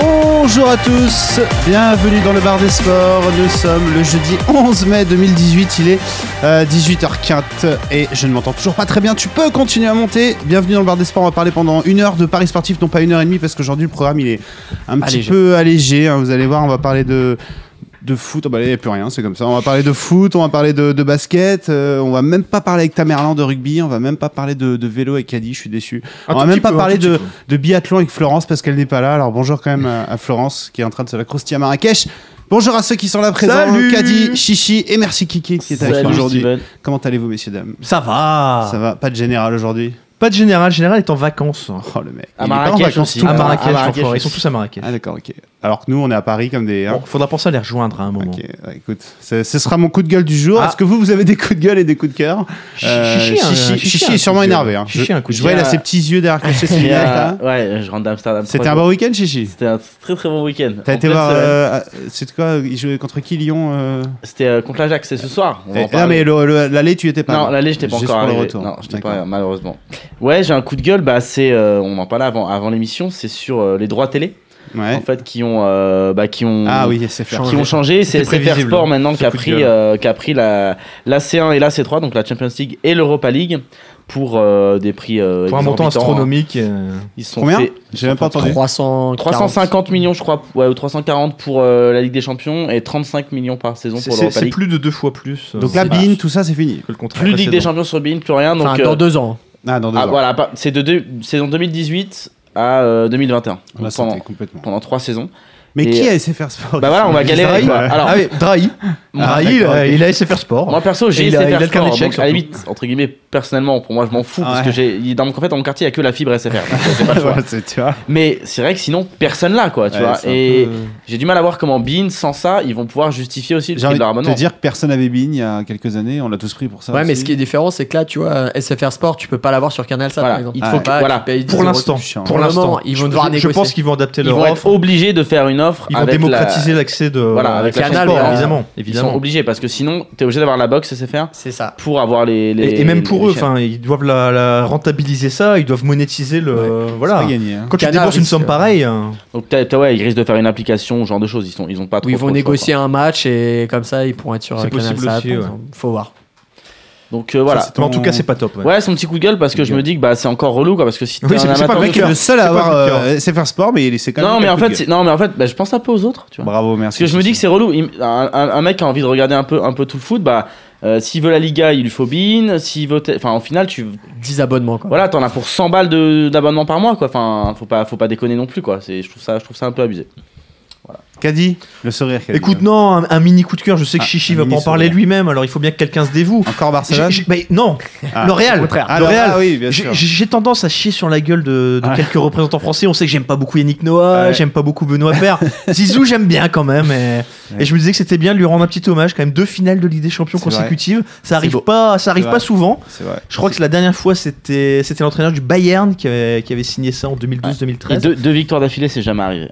Bonjour à tous, bienvenue dans le bar des sports. Nous sommes le jeudi 11 mai 2018, il est euh, 18h15 et je ne m'entends toujours pas très bien. Tu peux continuer à monter. Bienvenue dans le bar des sports. On va parler pendant une heure de paris sportifs, non pas une heure et demie parce qu'aujourd'hui le programme il est un petit Allégé. peu allégé. hein. Vous allez voir, on va parler de de foot. Ah bah, il n'y a plus rien, c'est comme ça. On va parler de foot, on va parler de, de basket. euh, on va même pas parler avec Tamerlan de rugby. On va même pas parler de, de vélo avec Caddy. Je suis déçu. Un on va tout même petit pas peu, un parler tout de, petit de biathlon avec Florence parce qu'elle n'est pas là. Alors bonjour quand même à, à Florence qui est en train de se la croustiller à Marrakech. Bonjour à ceux qui sont là présents, Salut Caddy, Chichi et merci Kiki qui est avec nous Salut, aujourd'hui. Steven. Ah. Comment allez-vous messieurs dames Ça va. Ça va Pas de général aujourd'hui Pas de général. Général est en vacances. Oh le mec. Il est À pas en Marrakech vacances, aussi. tout le à temps. Marrakech, à Marrakech l'enfoiré. Ils aussi. sont tous à Marrakech. Ah d'accord, ok. Alors que nous on est à Paris comme des... hein. Bon, faudra penser à les rejoindre à un moment. Ok, ouais, écoute, ce ce sera mon coup de gueule du jour. Ah. Est-ce que vous, vous avez des coups de gueule et des coups de cœur Euh, Chichi, un- Chichi- un- Chichi un est coup sûrement de gueule. énervé. Hein. Chichi, Je- un coup de Je vois, gueule. il a gueule. ses petits yeux derrière cacher ses Et, lunettes euh, là. ouais, je rentre d'Amsterdam. C'était trois un jours. bon week-end, Chichi C'était un très très bon week-end. T'as En été pleine voir. semaine. euh, ah, C'est quoi Il jouait contre qui Lyon euh C'était euh, contre l'Ajax, c'est ce soir. on va en Eh, Non, parler. mais le- le- l'aller, tu y étais pas. hein. Non, l'aller, j'étais pas Juste encore pour le arrivé. retour. Non, j'étais D'accord. pas malheureusement. Ouais, j'ai un coup de gueule. Bah, c'est, euh, on en parlait avant, avant l'émission. C'est sur euh, les droits télé, en Ouais. fait, qui ont, euh, bah, qui ont, Ah oui, c'est fait. Change- qui ont changé. C'était C'est SFR prévisible, hein, Sport maintenant ce qui a coup de pris, gueule. euh, qui a pris la, la C1 et la C3, donc la Champions League et l'Europa League, pour euh, des prix. euh, Pour un montant exorbitants, hein. astronomique. euh, Ils se sont Combien fait- J'ai même pas entendu. 300 350 millions, je crois, ouais, ou 340 pour euh, la Ligue des Champions et 35 millions par saison c'est- pour C'est l'Europa c'est League. Plus, plus de deux fois plus. euh, Donc là, que Bean, tout ça, c'est fini. le contrat de Ligue des précédent. Champions sur BeIN, plus rien. Donc, Enfin, euh, dans deux ans. Ah, dans deux ah, ans. voilà, pas- c'est de deux- saison 2018 à euh, 2021. On a Donc, pendant, sauté complètement. pendant trois saisons. Mais Et- qui a SFR Sport Bah voilà, on va galérer. Drahi, quoi. Alors, Ah oui, Drahi. moi, Ah, Drahi, il d'accord, a- ok. il a SFR Sport. moi, perso, j'ai Oh. il a- SFR il a le carnet Sport. de chèques, donc, à la surtout. limite, entre guillemets, personnellement, pour moi, je m'en fous Ah parce ouais. que j'ai dans mon en fait dans mon quartier, il y a que la fibre SFR. donc, j'ai pas le choix. Voilà, c'est- tu vois. Mais c'est vrai que sinon, personne là, quoi, tu Ouais, vois. c'est un Et j'ai du mal à voir comment BeIN, sans ça, ils vont pouvoir justifier aussi le J'ai prix envie de leur de te abonnement. dire que personne n'avait Bean il y a quelques années. On l'a tous pris Ah, pour ça. Ouais, mais aussi. ce qui est différent, c'est que là, tu vois, euh, SFR Sport, tu peux pas l'avoir sur Canal Voilà, par exemple. il Tu faut peux que- pas, voilà, tu payes pour 10 euros. l'instant. chiant. Pour Pour le l'instant. moment, ils vont Je- devoir je- Je négocier. pense qu'ils vont adapter Ils leur vont être offre. obligés de faire une offre. Ils vont avec démocratiser la... l'accès de Voilà, avec la Canal, chaîne Sport. évidemment. Ils sont Évidemment. obligés parce que sinon, t'es obligé d'avoir la box SFR C'est ça. pour avoir les. les Et, et même pour les eux, chaînes. enfin, ils doivent la, la rentabiliser ça, ils doivent monétiser le. C'est voilà. pas gagné, hein. Quand tu Canal débourses une risque, somme euh, pareille, euh, Donc, t'as- t'as- ouais, ils risquent de faire une application, ce genre de choses. Ils, sont, ils ont pas trop. Où ils trop vont le choix, négocier un match et comme ça, ils pourront être sur C'est euh, Canal possible Sat, aussi, par ouais. exemple. Faut voir. quoi. Donc, euh, voilà. Ça, mais en tout ton- cas, c'est pas top. ouais. Ouais, son petit coup de gueule parce que je me dis que bah, c'est encore relou quoi. Parce que si t'es Oui, un c'est- c'est pas amateur- Le mec est le seul à C'est pas avoir le cœur. euh, SFR Sport, mais il- c'est quand même. Non, mais un en coup de fait, c'est- non, mais en fait bah, je pense un peu aux autres, tu gueule. vois. Bravo, merci. Parce que je me dis que Chichi. c'est relou. Il- un, un- un mec qui a envie de regarder un peu, un peu tout le foot, bah. euh, s'il veut la Liga, il lui faut Bean. S'il veut, t- enfin, au final, tu, 10 abonnements, quoi. Voilà, t'en as pour 100 balles de- d'abonnement par mois, quoi. Enfin, faut pas, faut pas déconner non plus, quoi. C'est, je trouve ça, je trouve ça un peu abusé. Caddy, le sourire. Caddy. Écoute, non, un, un mini coup de cœur. Je sais que Ah, Chichi un va mini pas en parler sourire. lui-même, alors il faut bien que quelqu'un se dévoue. Encore J'ai- Barcelone j'ai- bah, non, Ah. L'Oréal. Ah, L'Oréal. ah oui, bien J'ai- sûr. J'ai j'ai tendance à chier sur la gueule de, de Ouais. quelques représentants français. On sait que j'aime pas beaucoup Yannick Noah, Ah, Ouais. j'aime pas beaucoup Benoît Paire. Zizou, j'aime bien quand même. Et, Ouais. et je me disais que c'était bien de lui rendre un petit hommage quand même. Deux finales de Ligue des Champions C'est vrai. consécutives. beau. Ça arrive pas, ça arrive C'est pas vrai. souvent. C'est vrai. Je crois que la dernière fois, c'était c'était l'entraîneur du Bayern qui avait, qui avait signé ça en 2012-2013. Et deux, deux victoires d'affilée, c'est jamais arrivé.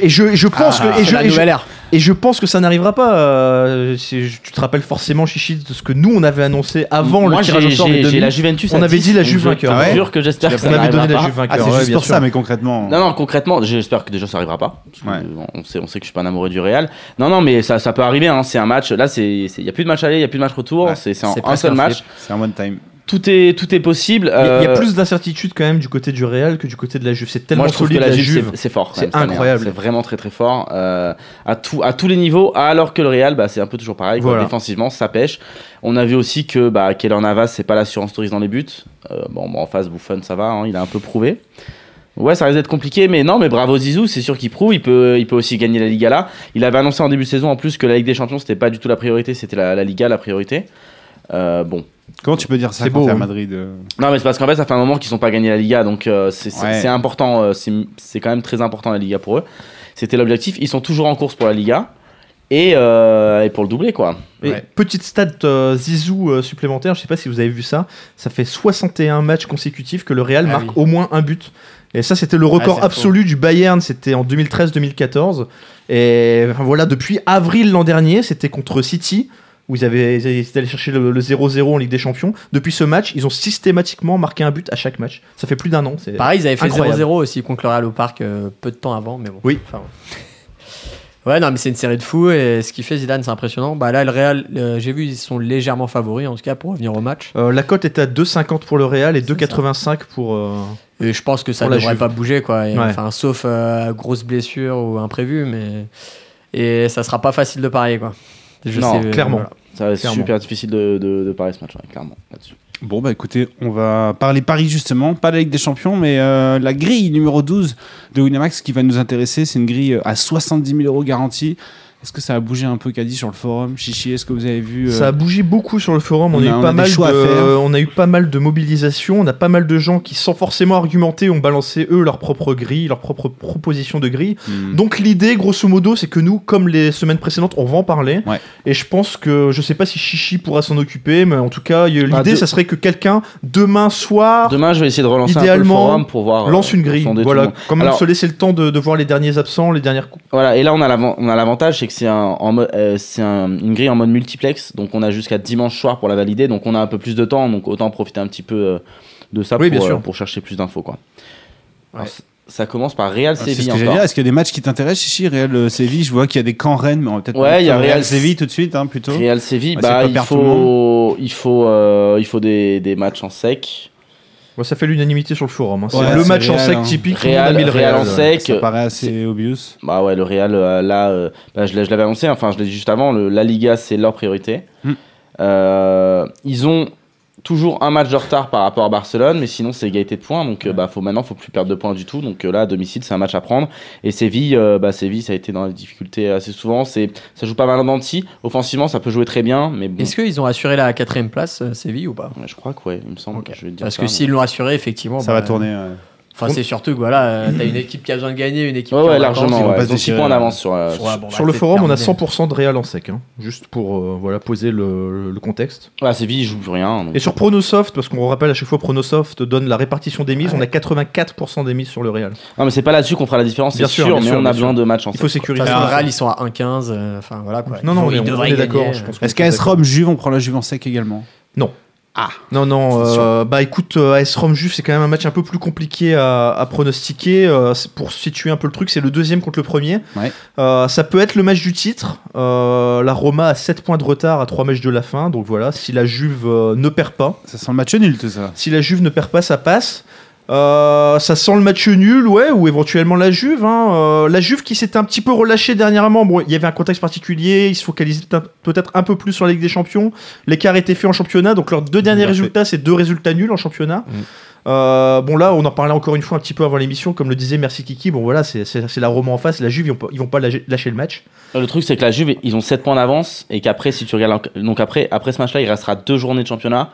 Et je, et je pense Ah, que et C'est je, la et je- nouvelle ère. et je pense que ça n'arrivera pas. euh, si- je- tu te rappelles forcément Chichi de ce que nous on avait annoncé avant Moi, le j'ai- tirage au sort j'ai- des j'ai demi. la Juventus. On à avait 10, dit la donc Juve je- vainqueur. Ah Je ouais jure que j'espère que ça On avait n'arrivera donné la pas. Juve Ah, vainqueur. c'est ouais, juste bien pour sûr. ça, mais concrètement. Non, non, concrètement, j'espère que déjà ça arrivera pas. Parce que, Ouais. euh, on, sait, on sait que je suis pas un amoureux du Real. Non, non, mais ça, ça peut arriver. hein. C'est un match. Là, c'est, il y a plus de match aller, il y a plus de match retour. Ouais. C'est, c'est, en C'est un, presque seul un match. C'est un one time. Tout est, tout est possible. Il y a- il y a Euh, plus d'incertitude quand même du côté du Real que du côté de la Juve. C'est tellement Moi, je trouve solide que la Juve, Juve. c'est- c'est fort. quand C'est même, cette année, hein. incroyable. C'est vraiment très très fort euh, à tout à tous les niveaux. Alors que le Real, bah, c'est un peu toujours pareil. quoi. Voilà. Défensivement, ça pêche. On a vu aussi que bah, Keller Navas, c'est pas l'assurance touriste dans les buts. Euh, bon, bah, en face, Buffon, ça va. hein, il a un peu prouvé. Ouais, ça risque d'être compliqué, mais non, mais bravo Zizou, c'est sûr qu'il prouve, il peut, il peut aussi gagner la Liga là. Il avait annoncé en début de saison en plus que la Ligue des Champions, c'était pas du tout la priorité, c'était la, la Liga la priorité. Euh, bon, Comment tu peux dire ça C'est quand beau, t'es à hein. Madrid euh non, mais c'est parce qu'en fait, ça fait un moment qu'ils n'ont pas gagné la Liga, donc euh, c'est c'est- Ouais. c'est important, euh, c'est c'est quand même très important la Liga pour eux. C'était l'objectif. Ils sont toujours en course pour la Liga. et, euh, et pour le doubler, quoi. Et Ouais. petite stat euh, Zizou euh, supplémentaire, je sais pas si vous avez vu ça, ça fait 61 matchs consécutifs que le Real Ah marque oui. Ah, au moins un but. Et ça, c'était le c'est record faux. absolu du Bayern, c'était en 2013-2014. Et enfin, voilà, depuis avril l'an dernier, c'était contre City, où ils avaient, ils étaient allés chercher le le 0-0 en Ligue des Champions. Depuis ce match, ils ont systématiquement marqué un but à chaque match. Ça fait plus d'un an. c'est- Pareil, ils avaient fait Incroyable. 0-0 aussi contre le Real au Parc euh, peu de temps avant, mais bon. Oui. Enfin, ouais. Ouais, non, mais c'est une série de fous et ce qu'il fait Zidane, c'est impressionnant. Bah là, le Real, euh, j'ai vu, ils sont légèrement favoris en tout cas pour revenir au match. Euh, la cote était à 2,50 pour le Real et ça. 2,85 pour. euh, Et je pense que ça Pour ne la devrait Juve. pas bouger, quoi. Et, Ouais. Enfin, sauf euh, grosse blessure ou imprévu, mais et ça sera pas facile de parier, quoi. Je Non, sais, euh, clairement. voilà. Ça va être Clairement. super difficile de, de, de parier ce match, ouais, clairement. là-dessus. Bon, bah écoutez, on va parler Paris justement, pas la Ligue des Champions, mais euh, la grille numéro 12 de Winamax qui va nous intéresser. C'est une grille euh, à 70 000 euros garantie. Est-ce que ça a bougé un peu, Caddy, sur le forum Chichi, est-ce que vous avez vu euh, Ça a bougé beaucoup sur le forum. On, on a- a, eu on a pas des mal choix à de, faire. on a eu pas mal de mobilisation. On a pas mal de gens qui, sans forcément argumenter, ont balancé eux leur propre grille, leur propre proposition de grille. hmm, Donc l'idée, grosso modo, c'est que nous, comme les semaines précédentes, on va en parler. Ouais. Et je pense que je sais pas si Chichi pourra s'en occuper, mais en tout cas, y- l'idée, Ah, de- ça serait que quelqu'un demain soir Demain, je vais essayer de relancer un peu le Ah. Idéalement, forum pour voir. euh, lance une pour grille. sonder tout le Voilà, monde. quand même Alors- se laisser le temps de, de voir les derniers absents, les dernières. cou- Voilà, et là on a l'avan- on a l'avantage, c'est que c'est un, en mo- euh, c'est un- une grille en mode multiplex, donc on a jusqu'à dimanche soir pour la valider, donc on a un peu plus de temps, donc autant profiter un petit peu euh, de ça Oui, pour, bien euh, sûr. pour chercher plus d'infos. quoi. Alors, Ouais. c- ça commence par Real Ah, C'est ce Séville que j'allais encore. dire. Est-ce qu'il y a des matchs qui t'intéressent, Chichi Real euh, Séville, je vois qu'il y a des camps Rennes, mais on va peut-être Ouais, mettre il y a le Real- Séville tout de suite, hein, plutôt. Real Séville, Ouais, c'est bah, pas il, performant. faut, il faut, euh, il faut des, des matchs en sec. Bon, ça fait l'unanimité sur le forum. hein. C'est Ouais, le c'est match en Real, sec hein. typique. on a Real, mis le Real en Real, ouais. sec. Ça paraît assez obvious. Bah ouais, le Real, euh, là, euh, bah, je, l'ai- je l'avais annoncé, hein, enfin, je l'ai dit juste avant, le- la Liga, c'est leur priorité. Mm. Euh, ils ont toujours un match de retard par rapport à Barcelone, mais sinon, c'est égalité de points. Donc, euh, bah, faut, maintenant, faut plus perdre de points du tout. Donc, euh, là, à domicile, c'est un match à prendre. Et Séville, euh, bah, Séville, ça a été dans les difficultés assez souvent. C'est, ça joue pas mal en dents de scie. Offensivement, ça peut jouer très bien, mais bon. Est-ce qu'ils ont assuré la quatrième place, euh, Séville ou pas Ouais, Je crois que, ouais, il me semble. Ok. Je vais te dire Parce ça, que mais- s'ils l'ont assuré, effectivement. ça bah, va tourner. ouais. Enfin, c'est surtout que voilà, euh, t'as une équipe qui a besoin de gagner, une équipe Ouais, qui est ouais, en vacances, largement. vont Ouais. pas Ils se ont six déchirer, points là. d'avance sur, euh, Sur- ouais, bon, bah, Sur le c'est forum, on a terminé. 100% de Real en sec, hein, juste pour euh, voilà, poser le, le contexte. Ouais, Ah, Séville, il joue plus rien. donc- Et sur Pronosoft, parce qu'on rappelle à chaque fois, Pronosoft donne la répartition des mises, on a 84% des mises sur le Real. Non, mais c'est pas là-dessus qu'on fera la différence, c'est Bien sûr, sûr, bien mais sûr, on a bien besoin sûr. de matchs en Il faut sec. De sécuriser. toute façon, le Ah, Real, ils sont à 1-15. euh, Enfin, voilà quoi. Non, non, ils, mais on, devraient on est d'accord. gagner, je pense qu'on Est-ce est qu'AS d'accord. Rome, Juve, on prend la Juve en sec également Non, non, C'est sûr. euh, bah écoute, euh, AS Rome Juve, c'est quand même un match un peu plus compliqué à, à pronostiquer. euh, c'est- pour situer un peu le truc, c'est le deuxième contre le premier. Ouais. Euh, ça peut être le match du titre. Euh, la Roma a 7 points de retard à 3 matchs de la fin, donc voilà, si la Juve euh, ne perd pas. Ça sent le match nul, tout ça. Si la Juve ne perd pas, ça passe. Euh, ça sent le match nul, ouais, ou éventuellement la Juve. hein. Euh, la Juve qui s'était un petit peu relâchée dernièrement. Bon, il y avait un contexte particulier. Ils se focalisaient peut- peut-être un peu plus sur la Ligue des Champions. L'écart était fait en championnat, donc leurs deux derniers à fait. Mm. résultats, c'est deux résultats nuls en championnat. Euh, bon, là, on en parlait encore une fois un petit peu avant l'émission, comme le disait Merci Kiki. Bon, voilà, c'est- c'est c'est la Roma en face. La Juve, ils vont pas, ils vont pas lâcher lâcher le match. Le truc, c'est que la Juve, ils ont 7 points d'avance et qu'après, si tu regardes. Donc après, après ce match-là, il restera deux journées de championnat.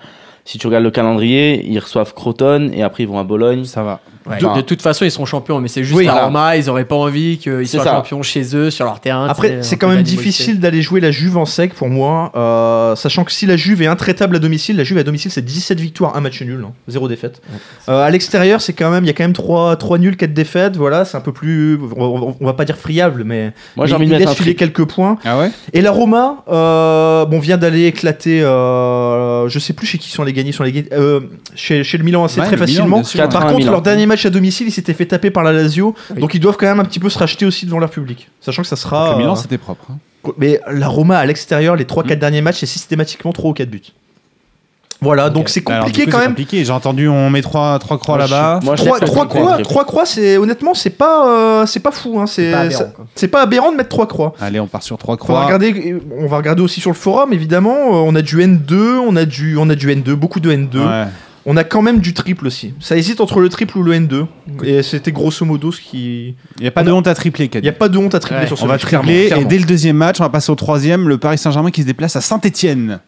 Si tu regardes le calendrier, ils reçoivent Croton et après, ils vont à Bologne. Ça va. Ouais, Enfin, de toute façon, ils sont champions, mais c'est juste Oui, la voilà. Roma, ils auraient pas envie qu'ils C'est soient ça. champions chez eux, sur leur terrain. tu Après, sais, c'est un quand peu même d'animosité. difficile d'aller jouer la Juve en sec pour moi, euh, sachant que si la Juve est intraitable à domicile, la Juve à domicile c'est 17 victoires, un match nul, hein, zéro défaite. Euh, à l'extérieur, c'est quand même il y a quand même 3, trois nuls, 4 défaites, voilà, c'est un peu plus on, on- on va pas dire friable mais Moi, j'ai mais envie il de mettre laisse un filer triple. quelques points. Ah ouais Et la Roma euh, bon vient d'aller éclater euh, je sais plus chez qui sont les gagnés, sont les gagnés euh, chez, chez le Milan assez Ouais, très le Milan, facilement. bien sûr. Par 80 contre, Milan. leur dernier match à domicile, ils s'étaient fait taper par la Lazio, Oui. donc ils doivent quand même un petit peu se racheter aussi devant leur public, sachant que ça sera Le Milan, euh, c'était propre. hein. mais la Roma à l'extérieur, les 3-4 Mm. derniers matchs, c'est systématiquement 3 ou 4 buts. Voilà, donc c'est Alors, du compliqué coup, quand c'est même. compliqué. J'ai entendu, on met trois, trois croix Moi, Oh, je- là-bas. moi, je 3, laisse le triple. croix, 3 croix, c'est honnêtement, c'est pas, euh, c'est pas fou. hein, c'est C'est pas ça- aberrant, quoi. c'est pas aberrant de mettre 3 croix. Allez, on part sur trois On va, croix. regarder, on va regarder aussi sur le forum, évidemment. euh, On a du N2, on a du, on a du N2, beaucoup de N2. Ouais. On a quand même du triple aussi. Ça hésite entre le triple ou le N2. Et c'était grosso modo ce qui. Il n'y a pas On de a- honte à tripler, Il n'y Caddy. a pas de honte à tripler Ouais, sur ce On va match, tripler clairement, et dès le deuxième match, on va passer au troisième. Le Paris Saint-Germain qui se déplace à Saint-Etienne.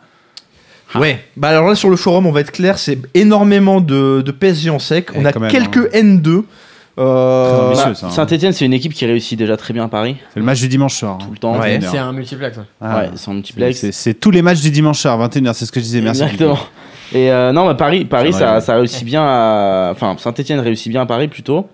Ah. Ouais, bah alors là sur le forum, on va être clair, c'est énormément de, de PSG en sec. Eh, on a quand même, quelques Très N2. Euh, ambitieux. Bah, ça, hein. Saint-Etienne, c'est une équipe qui réussit déjà très bien à Paris, C'est le match du dimanche soir. hein. tout le temps. Ouais. C'est 21h. un multiplex. ouais. Ah, Ouais, sans multiplex. c'est- C'est tous les matchs du dimanche soir, 21h, c'est ce que je disais, merci. Exactement. Et euh, non, bah, Paris, Paris J'aimerais ça, bien. ça réussit bien à. Enfin, Saint-Etienne réussit bien à Paris plutôt.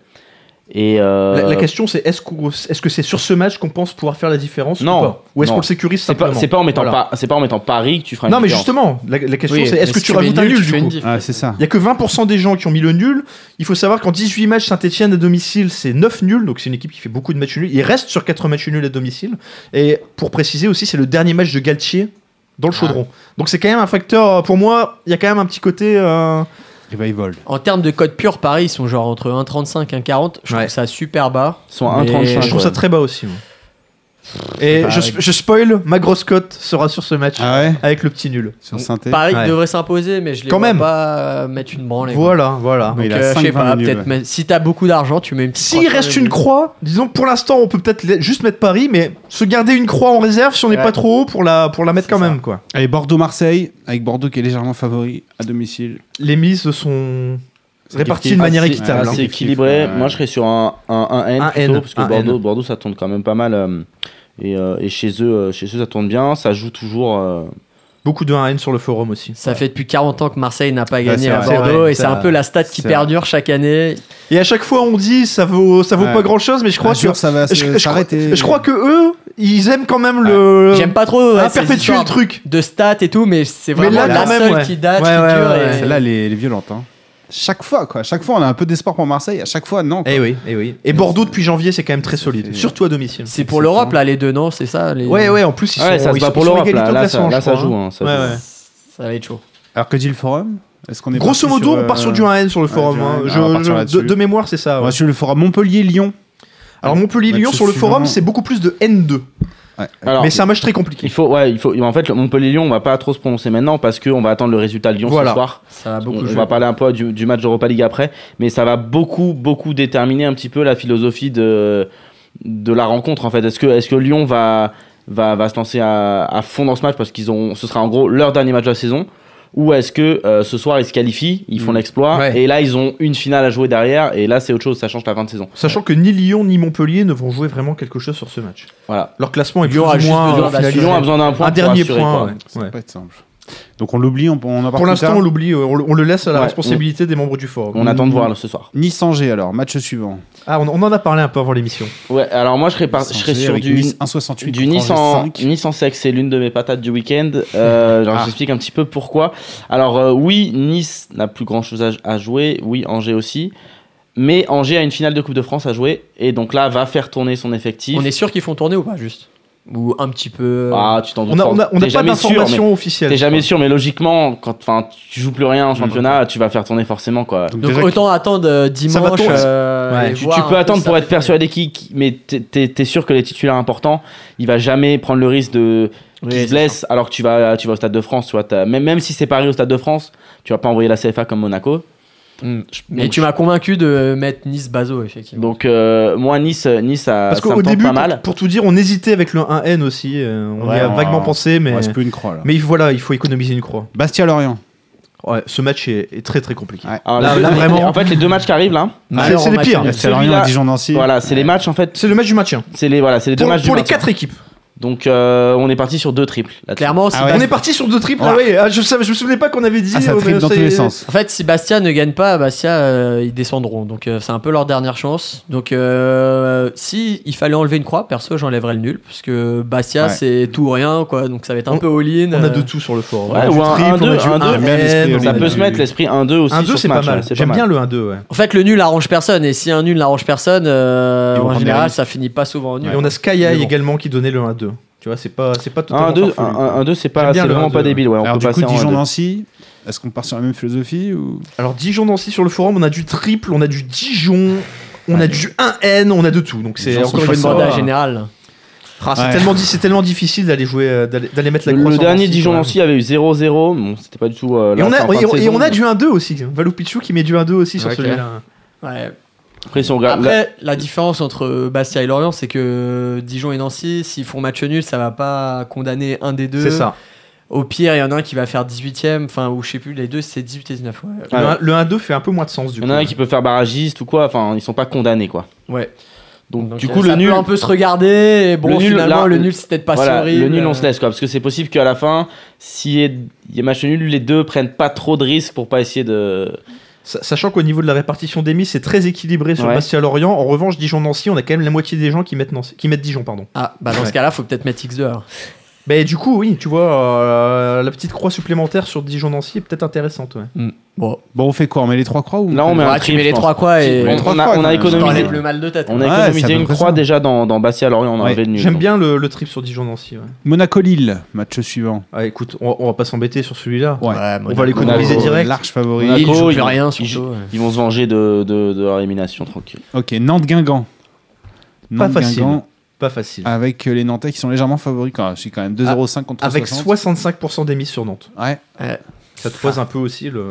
Et euh, la, la question c'est est-ce qu'on- est-ce que c'est sur ce match qu'on pense pouvoir faire la différence Non. ou pas Ou est-ce Non. qu'on le sécurise c'est pas, simplement c'est pas en mettant Voilà. pas- c'est pas en mettant Paris que tu feras une Non, mais différence. justement, la, la question Oui, c'est est-ce mais que si tu mets rajoutes un nul, nul tu fais du une coup diff. Ah, c'est ça. Il y a que 20% des gens qui ont mis le nul. Il faut savoir qu'en 18 matchs, Saint-Etienne à domicile, c'est 9 nuls. Donc c'est une équipe qui fait beaucoup de matchs nuls. Il reste sur 4 matchs nuls à domicile. Et pour préciser aussi, c'est le dernier match de Galtier dans le Ah. chaudron. Donc c'est quand même un facteur. euh, Pour moi, il y a quand même un petit côté. euh, Revival. En termes de code pur, Paris, ils sont genre entre 1,35 et 1,40. Je Ouais. trouve ça super bas. Ils sont à Mais 1,35. je trouve ça ouais. très bas aussi. moi. Et Bah, je, je spoil, ma grosse cote sera sur ce match Ah ouais avec le petit nul. Sur Donc, synthé. Paris Ouais. devrait s'imposer, mais je les Quand vois même. pas euh, mettre une branlée. quoi. Voilà, voilà. Mais il Donc, a euh, je sais 5, 20 pas, minutes, peut-être, ouais. mais si t'as beaucoup d'argent, tu mets une petite S'il croix reste sur une le- croix, disons pour l'instant on peut peut-être la- juste mettre Paris, mais se garder une croix en réserve si on n'est Ouais. pas trop haut pour la, pour la mettre C'est quand ça. même. quoi. Allez, Bordeaux-Marseille, avec Bordeaux qui est légèrement favori à domicile. Les mises sont réparties gifté. de manière Assez- équitable. assez hein. équilibré. Ouais. Moi, je serais sur un, un, un N Un plutôt, N, parce que un Bordeaux, N. Bordeaux, ça tourne quand même pas mal. euh, et, euh, et chez eux, euh, chez eux, ça tourne bien. Ça joue toujours. euh, Beaucoup de 1N sur le forum aussi. Ça fait depuis 40 ans que Marseille n'a pas Ouais, gagné c'est à vrai. Bordeaux C'est vrai, et c'est ça- un peu la stat qui c'est perdure chaque année. Et à chaque fois on dit ça vaut ça vaut Ouais. pas grand chose, mais je crois Ah, sûr, que ça va je, je se- crois, s'arrêter. je crois que eux ils aiment quand même le J'aime pas trop à ouais, ces perpétuer histoires le Euh, truc. de stats et tout, mais c'est Mais vraiment là, la quand même, seule ouais. qui date, Ouais, qui ouais, dure, ouais, et- Celle-là, elle est, elle est violente. hein. Chaque fois, quoi. Chaque fois, on a un peu d'espoir pour Marseille. À chaque fois, non. quoi. Et Eh oui, et oui. Et Bordeaux depuis janvier c'est quand même très Ça solide, fait- surtout à domicile. C'est pour l'Europe, là, les deux, non C'est ça les- Ouais ouais, en plus ils ouais, sont ça se ils bat sont- pour ils sont l'Europe. égalité Là, au là, ça, classement, là, je ça crois, joue. hein. hein, ça Ouais, joue. ouais. Ça va être chaud. Alors que dit le forum Est-ce qu'on est Grosso parti modo, sur, on part sur euh, du 1N sur le ouais, forum. du hein. 1N, Je- on va je- partir là-dessus. de, de mémoire, c'est ça. On ouais. va sur le forum Montpellier-Lyon. Alors Montpellier-Lyon Match sur le suivant. forum, c'est beaucoup plus de N2. Alors, Mais c'est un match très il compliqué. faut, ouais, il faut. En fait, le Montpellier-Lyon, on va pas trop se prononcer maintenant parce qu'on va attendre le résultat de Lyon Voilà. ce soir. Ça va On, beaucoup on jouer. va parler un peu du, du match Europa League après, mais ça va beaucoup, beaucoup déterminer un petit peu la philosophie de, de la rencontre en fait. Est-ce que, est que Lyon va, va, va se lancer à, à fond dans ce match parce qu'ils ont, ce sera en gros leur dernier match de la saison ou est-ce que euh, ce soir ils se qualifient, ils font l'exploit Mm. Ouais. et là ils ont une finale à jouer derrière et là c'est autre chose, ça change la fin de saison. Sachant que ni Lyon ni Montpellier ne vont jouer vraiment quelque chose sur ce match. Voilà. Leur classement est plus Lyon a ou juste moins besoin euh, d'assurer. finalisé. Lyon a besoin d'un point. un pour dernier assurer, point. quoi. ouais. Ça Ouais. va pas être simple. Donc on l'oublie, on, on en parle Pour plus l'instant, tard. on l'oublie, euh, on, le- on le laisse à la Ouais, responsabilité des membres du forum. On attend de voir là, ce soir. Nice-Angers, alors. Match suivant. Ah, on, on en a parlé un peu avant l'émission. Ouais, alors moi je serais, par- je serais Nice-Angers sur avec du. Nice 1,68. Du Nice en, Nice en sec, c'est l'une de mes patates du week-end. Euh, Ah. alors, J'explique un petit peu pourquoi. Alors euh, oui, Nice n'a plus grand-chose à, à jouer. Oui, Angers aussi. Mais Angers a une finale de Coupe de France à jouer. Et donc là, va faire tourner son effectif. On est sûr qu'ils font tourner ou pas, juste Ou un petit peu. euh, Ah, tu t'en doutes On n'a fort. on a, on a T'es pas jamais sûr, d'informations mais- officielles. T'es jamais sûr, mais logiquement, quand enfin, tu joues plus rien Mm. en championnat, tu vas faire tourner forcément quoi. Ah, Donc autant attendre euh, dimanche. tourner. euh, Ouais. et Tu, voir tu un peux peu attendre ça. pour être persuadé qui, qui- mais t'es- t'es t'es sûr que les titulaires importants, il va jamais prendre le risque de Oui, qu'il se c'est blesse alors que tu vas tu vas au stade de France, tu vois, t'as- même même si c'est Paris au stade de France, tu vas pas envoyer la CFA comme Monaco. Mm. Je- Mais donc, tu je- m'as convaincu de mettre Nice Bazo, effectivement. donc euh, moi Nice euh, Nice ça, Parce ça qu'au me tente début, pas pour, mal. pour tout dire, on hésitait avec le 1N aussi. euh, on y Ouais, a on- vaguement pensé, mais, On reste plus une croix, là. mais voilà, il faut économiser une croix. Bastia-Lorient. Ouais, ce match est, est très très compliqué. Ouais. Alors, Là- les- là, les- vraiment. Hein, En fait les deux matchs qui arrivent là, c'est- Alors, c'est les match pires. nul. Bastia-Lorient, Celui-là- Dijon-Nancy. voilà, c'est les matchs en fait, C'est le match du maintien. c'est les voilà, c'est les deux Pour, matchs pour du les matin. quatre équipes. Donc euh, on est parti sur deux triples. là-dessus. Clairement, si Ah ouais. Bastia- On est parti sur deux triples. Ouais. Ah ouais, ah, je, savais- je me souvenais pas qu'on avait dit. Ah, ça on- tripe dans ça tous y les est- sens. En fait, si Bastia ne gagne pas, Bastia, euh, ils descendront. Donc, euh, c'est un peu leur dernière chance. Donc, euh, si il fallait enlever une croix, perso, j'enlèverais le nul. Parce que Bastia, Ouais. c'est tout ou rien, quoi. Donc, ça va être un On- peu all-in. On a euh. de tout sur le forum. Ouais, On a ou du un- triple, un on a deux, du un un deux. même, Ça on a Ça du- peut se mettre l'esprit 1-2 aussi Un 2 sur c'est ce pas match. mal. ouais, c'est J'aime pas bien le 1-2. ouais. En fait, le nul arrange personne. Et si un nul n'arrange personne, euh, Ils vont en prendre des général, risques. ça finit pas souvent en nul. Et on a Sky Mais bon. également qui donnait le 1-2. Tu vois, c'est pas, c'est pas totalement. 1-2 farfelu. 1-2 c'est J'aime pas bien c'est le vraiment 1-2, pas ouais. débile, ouais, on Alors, peut du coup, passer en 1-2. Dijon-Nancy, est-ce qu'on part sur la même philosophie ou... Alors, Dijon Nancy sur le forum, on a du triple, on a du Dijon, on a du 1N, on a de tout. Donc, c'est Dijon, encore c'est une pas une ça. fois. bande euh, va. générale. Ah, c'est Ouais. tellement, di- c'est tellement difficile d'aller jouer, euh, d'aller d'aller mettre la croix. Le sur dernier Nancy, quand même. Dijon-Nancy avait eu 0-0. Bon, c'était pas du tout. euh, Et là, on c'est en a, fin de et on- et saison, on a mais- du 1-2 aussi. Valou Pichou qui met du 1-2 aussi sur Ok. celui-là. Ouais. Après, si on regarde. là- Après, la différence entre Bastia et Lorient, c'est que Dijon et Nancy, s'ils font match nul, ça va pas condamner un des deux. C'est ça. Au pire, il y en a un qui va faire 18ème, enfin, ou je sais plus, les deux, c'est 18 et 19. Ouais, Le un- Le 1-2 fait un peu moins de sens du Il y coup. en a un qui peut faire barragiste ou quoi, enfin, ils sont pas condamnés, quoi. ouais. Donc, Donc, du euh, coup, ça le nul. peut un peu se regarder, et bon, Le nul, finalement, là, le nul, c'est peut-être pas voilà, si horrible. euh. le nul, on se laisse, quoi. Parce que c'est possible qu'à la fin, si il y a match nul, les deux prennent pas trop de risques pour pas essayer de. Sa- Sachant qu'au niveau de la répartition des mises, c'est très équilibré sur Ouais. Bastia-Lorient. En revanche, Dijon-Nancy, on a quand même la moitié des gens qui mettent, Nancy- qui mettent Dijon. pardon. Ah, bah dans Ouais. ce cas-là, faut peut-être mettre X2. alors. Mais du coup, oui, tu vois, euh, la petite croix supplémentaire sur Dijon-Nancy est peut-être intéressante. ouais. Bon, Bon, on fait quoi On met les trois croix ou Là, on met bah, un tu triple, mets les je pense. trois quoi et mets On, les trois on a, croix, on a quand même. économisé, t'enlèves le mal de tête. on quoi. a Ouais, économisé c'est à peu une près croix ça. déjà dans, dans Bastia-Lorient, on a Ouais. enlevé le nul. J'aime donc. bien le, le trip sur Dijon-Nancy. ouais. Monaco-Lille, match suivant. Ah, écoute, on, on va pas s'embêter sur celui-là. Ouais. euh, Ouais, on va Monaco, l'économiser Monaco, direct. Large favori. Monaco, Ils jouent ils- plus rien ils surtout. ouais. Ils vont se venger de, de, de leur élimination, tranquille. Ok, Nantes-Guingamp. Pas facile. Nantes-Guingamp, Pas facile. Avec euh, les Nantais qui sont légèrement favoris quand même. C'est quand même 2,05 contre Avec 60. 65% des mises sur Nantes. Ouais. Ça te pose un peu aussi le.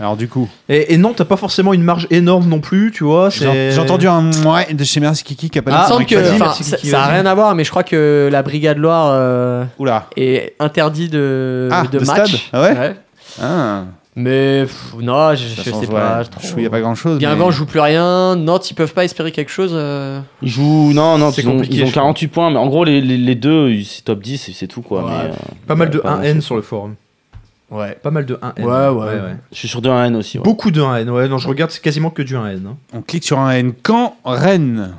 Alors du coup, Et, et Nantes, t'as pas forcément une marge énorme non plus, tu vois. j'ai c'est- j'ai Ah, entendu un ouais de chez Merci Kiki qui a pas Il me Ah, dit- semble Mike, vas-y, que enfin, merci, ça Kiki, ça a vas-y. rien à voir, mais je crois que la Brigade Loire euh, Oula. est interdit de, Ah, de de match. stade Ah ouais Ah, Mais pff, non, je, je ça change, sais pas. ouais. Je n'y a pas grand chose. Guingamp joue plus rien. Nantes, ils peuvent pas espérer quelque chose. euh. Ils jouent. Non, non, C'est ils ont, compliqué, ils ont je 48 points, mais en gros, les, les, les deux, ils- c'est top 10, c'est- c'est tout, quoi. Ouais. mais, euh, Pas mal de Ouais, pas 1N sur le forum. Ouais. Pas mal de 1N. Ouais, ouais. je suis sur 2 1 aussi. ouais. Beaucoup de 1N, ouais. Non, je regarde, c'est quasiment que du 1N. hein. On clique sur un N. Caen, Rennes.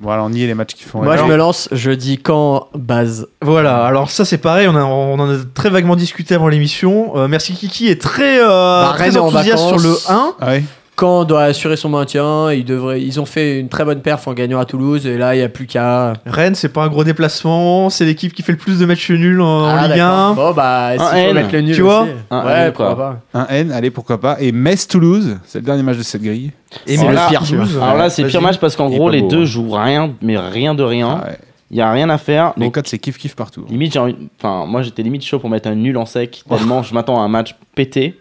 Voilà, on y est les matchs qui font. Moi, rêver. je me lance. Je dis quand base. Voilà, alors ça c'est pareil, on, a- on en a très vaguement discuté avant l'émission. Euh, merci Kiki est très, euh, très Bah, Rennes est en enthousiaste sur vacances. le 1. Ah ouais. Quand doit assurer son maintien, ils, devraient, ils ont fait une très bonne perf en gagnant à Toulouse, et là, il n'y a plus qu'à. Rennes, c'est pas un gros déplacement, c'est l'équipe qui fait le plus de matchs nuls en, en Ah, Ligue d'accord. 1. Bon, bah, Un s'il faut N. mettre le nul, Tu vois aussi. Un Ouais, N, quoi. pourquoi pas. Un N, allez, pourquoi pas. Et Metz-Toulouse, c'est le dernier match de cette grille. Et Alors mais là- le pire, alors Toulouse, Alors là, ouais, c'est le vas-y. pire match parce qu'en Il est gros, pas les beau, deux hein. jouent rien, mais rien de rien. Ah ouais. Il y a rien à faire. Les Donc, codes, c'est kiff-kiff partout. limite, j'ai envie- Enfin, moi, j'étais limite chaud pour mettre un nul en sec, Oh. tellement je m'attends à un match pété.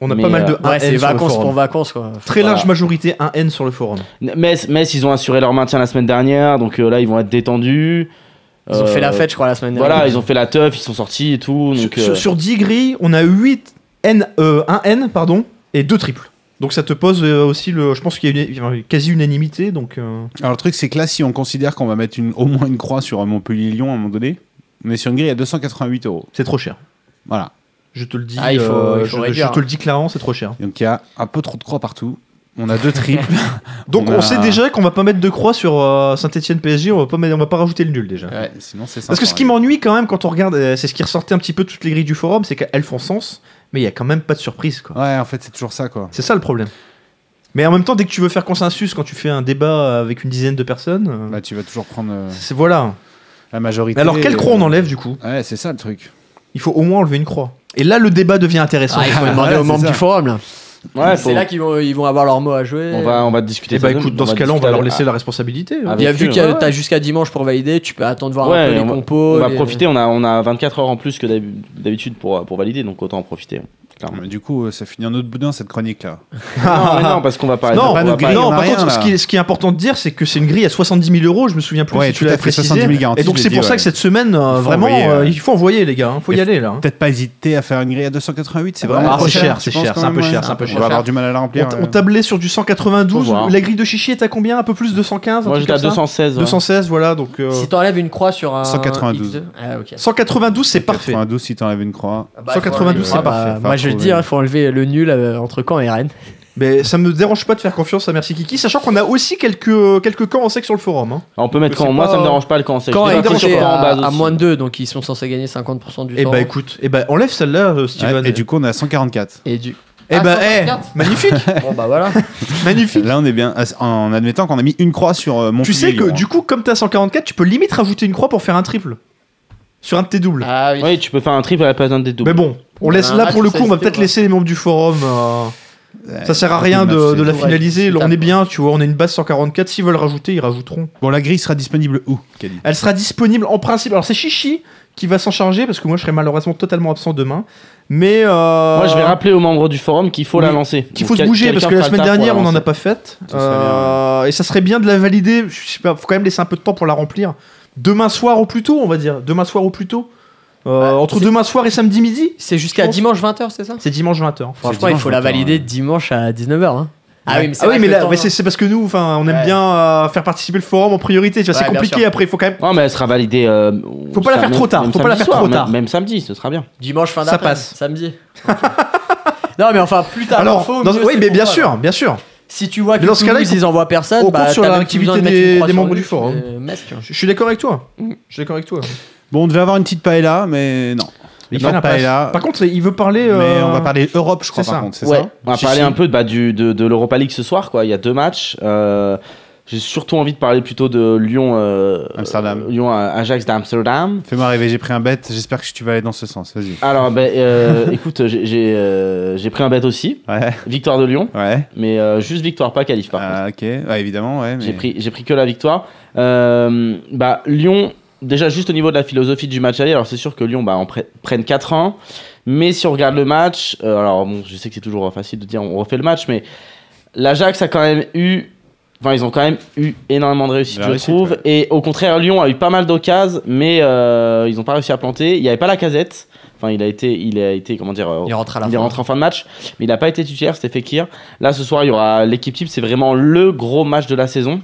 On a Mais, pas mal de euh, 1N. Ouais, c'est sur le vacances forum. pour vacances, quoi. Très large Voilà. majorité 1N sur le forum. Metz, Metz, ils ont assuré leur maintien la semaine dernière, donc euh, là, ils vont être détendus. Ils ont Euh, fait la fête, je crois, la semaine dernière. Voilà, ils ont fait la teuf, ils sont sortis et tout. Sur- Donc, sur, euh, sur 10 grilles, on a 8 N, euh, 1N pardon, et 2 triples. Donc ça te pose euh, aussi le. Je pense qu'il y a une, il y a une quasi-unanimité. Donc, euh, Alors le truc, c'est que là, si on considère qu'on va mettre une, au moins une croix sur Montpellier-Lyon à un moment donné, on est sur une grille à 288 euros. c'est trop cher. Voilà. Je te le dis. Ah, il faut- euh, il je- faut je, réduire. te le dis clairement, c'est trop cher. Donc il y a un peu trop de croix partout. On a deux triples. Donc On on, a- sait déjà qu'on va pas mettre de croix sur euh, Saint-Etienne PSG, on va pas, mettre- on va pas rajouter le nul déjà. Ouais, sinon, c'est Parce que ce qui m'ennuie quand même quand on regarde, euh, c'est ce qui ressortait un petit peu de toutes les grilles du forum, c'est qu'elles font sens, mais il y a quand même pas de surprise quoi. Ouais, en fait, c'est toujours ça, quoi. C'est ça le problème. Mais en même temps, dès que tu veux faire consensus, quand tu fais un débat avec une dizaine de personnes, euh, Là, tu vas toujours prendre euh, c'est voilà. la majorité. Alors quelle croix on euh, enlève du coup Ouais, c'est ça le truc. Il faut au moins enlever une croix. Et là, le débat devient intéressant. Ah, il faut demander Ouais, aux c'est membres ça. du forum, là. euh, ouais, faut- c'est là qu'ils vont, ils vont avoir leur mot à jouer. on va, on va discuter. Et bah ça de- écoute, dans on ce va cas-là, on va discuter leur avec- laisser la responsabilité. hein. Ah, Il y a vu eux, que ouais. t'as jusqu'à dimanche pour valider, tu peux attendre voir Ouais, un peu les on va- compos. on va les- profiter, on a, on a 24 heures en plus que d'hab- d'habitude pour, pour valider, donc autant en profiter. clairement. Mais du coup, euh, ça finit en autre boudin cette chronique là. non, mais non, parce qu'on va pas. Non, on va nos pas- grilles, non, on Ah, a par rien, contre, ce là. qui, est- ce qui est important de dire, c'est que c'est une grille à 70 000 euros. Je me souviens plus Ouais, si tu tout à l'as fait, précisé. 70 000 garanties, et donc je c'est l'ai pour dit, ça ouais. que cette semaine, euh, Il faut vraiment, envoyer, euh, euh, il faut envoyer les gars. Il faut y Et- aller là. Hein Peut-être pas hésiter à faire une grille à 288, c'est Ouais, vraiment ah, trop c'est cher, tu c'est penses, cher, quand c'est un même, peu ouais cher, c'est un peu On cher. va avoir du mal à la remplir. On, euh. on tablait sur du 192. Faut hein. voir. La grille de chichi est à combien Un peu plus 215 un Moi, truc j'étais à comme ça 216. ouais. 216, voilà. Donc euh, Si t'enlèves une croix sur un. 192. X2, Ah, ok. 192, c'est parfait. 92 si t'enlèves une croix. Ah bah, 192, faut c'est enlever- parfait. Ah bah, Faut Moi, je le trouver. dis, il faut enlever le nul euh, entre Caen et Rennes. Mais ça me dérange pas de faire confiance à Merci Kiki, sachant qu'on a aussi quelques, quelques camps en sec sur le forum. hein. Ah, on peut mettre C'est quand Moi, pas- ça me dérange pas le quand. c'est- Caen je est peux partir coté sur Caen en à, base à aussi. moins de 2, donc ils sont censés gagner 50% du Et temps. bah écoute, et bah enlève celle-là, euh, Steven. Ouais, Et du coup, on est à 144. Et du. Eh Ah, bah, 144. eh, magnifique, Bon, bah voilà. magnifique. Là, on est bien à- en admettant qu'on a mis une croix sur euh, Tu Montpellier. sais que Lyon, du coup, comme t'as 144, tu peux limite rajouter une croix pour faire un triple. Sur un de tes doubles. Ah oui. Oui, tu peux faire un triple à la place d'un des deux. Mais bon, on On laisse a Bah, un là match pour le où ça coup, on va hésite, peut-être ouais. laisser les membres du forum. euh, hein. ça sert à Ouais, rien le de, match, de la c'est- vrai, finaliser. c'est On est tard. bien, tu vois, on a une base 144. S'ils veulent rajouter, ils rajouteront. Bon, la grille sera disponible où, Kadi Elle sera disponible en principe. Alors c'est Chichi qui va s'en charger parce que moi je serai malheureusement totalement absent demain. Mais euh, Moi, je vais rappeler aux membres du forum qu'il faut la oui, lancer. qu'il Donc, faut se quel- bouger quelqu'un parce que la fera le semaine taf pour dernière la on en a lancer. pas faite Ça serait bien, Euh, et ça serait bien de la valider. Je sais pas, faut quand même laisser un peu de temps pour la remplir. Demain soir au plus tôt, on va dire. Demain soir au plus tôt. Euh, Bah, entre c'est- demain soir et samedi midi C'est jusqu'à Je pense- dimanche 20h, c'est ça C'est dimanche 20h. Franchement, il faut la valider dimanche à 19h. hein. Ah oui, mais c'est Ah oui, vrai mais, que là- le temps- mais c'est c'est parce que nous, enfin, on aime Ouais. bien euh, faire participer le forum en priorité. Tu vois, Ouais, c'est bien compliqué. sûr. Après, il faut quand même. Non, Oh, mais elle sera validée. euh, Faut pas la ça- faire même- trop tard, même faut pas la samedi faire trop soir, tard. Même, même samedi, ce sera bien. Dimanche fin Ça d'après, passe. samedi. Ok. non, mais enfin, plus tard. Alors, l'info, dans- mieux oui, c'est mais pour bien toi, sûr, là. bien sûr. Si tu vois que Mais dans ce Toulouse, cas-là, il ils envoient personne, on bah, compte sur t'as la même plus besoin de réactivité mettre une des- croix des sur membres le du forum. but, euh, Metz, tu vois. Je je suis d'accord avec toi. Je suis d'accord avec toi. Bon, on devait avoir une petite paella, mais non. Il Non, fait la passe. paella. Par contre, il veut parler. Mais euh, on va parler Europe, je crois, c'est par ça. contre, c'est Ouais. ça On va Si, parler si. un peu bah, du, de, de l'Europa League ce soir. Quoi. Il y a deux matchs. Euh, J'ai surtout envie de parler plutôt de Lyon, euh, Amsterdam. euh, Lyon, euh, Ajax d'Amsterdam. Fais-moi rêver, j'ai pris un bet, j'espère que tu vas aller dans ce sens, vas-y. Alors, ben, euh, écoute, j'ai- j'ai euh, j'ai pris un bet aussi. Ouais, Victoire de Lyon, ouais. mais euh, juste victoire, pas qualif par contre. Ah, ok, ouais, évidemment, ouais. Mais... J'ai pris, j'ai pris que la victoire. Euh, bah, Lyon, déjà juste au niveau de la philosophie du match aller, alors c'est sûr que Lyon bah, en pre- prennent 4 ans, mais si on regarde le match, euh, alors bon, je sais que c'est toujours euh, facile de dire on refait le match, mais l'Ajax a quand même eu. Enfin, ils ont quand même eu énormément de réussite, La je réussite, trouve. Et au contraire, Lyon a eu pas mal d'occasions, mais euh, ils n'ont pas réussi à planter. Il n'y avait pas la casette. Enfin, il a été, il a été comment dire, euh, Il rentre à la il est fin. rentré en fin de match, mais il n'a pas été titulaire, c'était Fekir. Là, ce soir, il y aura l'équipe type, c'est vraiment le gros match de la saison.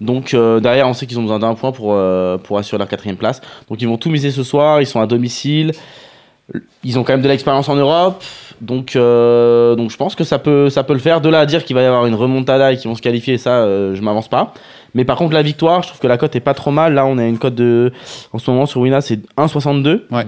Donc euh, derrière, on sait qu'ils ont besoin d'un point pour, euh, pour assurer leur quatrième place. Donc ils vont tout miser ce soir, ils sont à domicile, ils ont quand même de l'expérience en Europe. Donc, euh, donc je pense que ça peut, ça peut le faire. De là à dire qu'il va y avoir une remontada et qu'ils vont se qualifier, ça, euh, je m'avance pas. Mais par contre, la victoire, je trouve que la cote est pas trop mal. Là, on a une cote de. En ce moment, sur Wina, c'est 1,62. Ouais.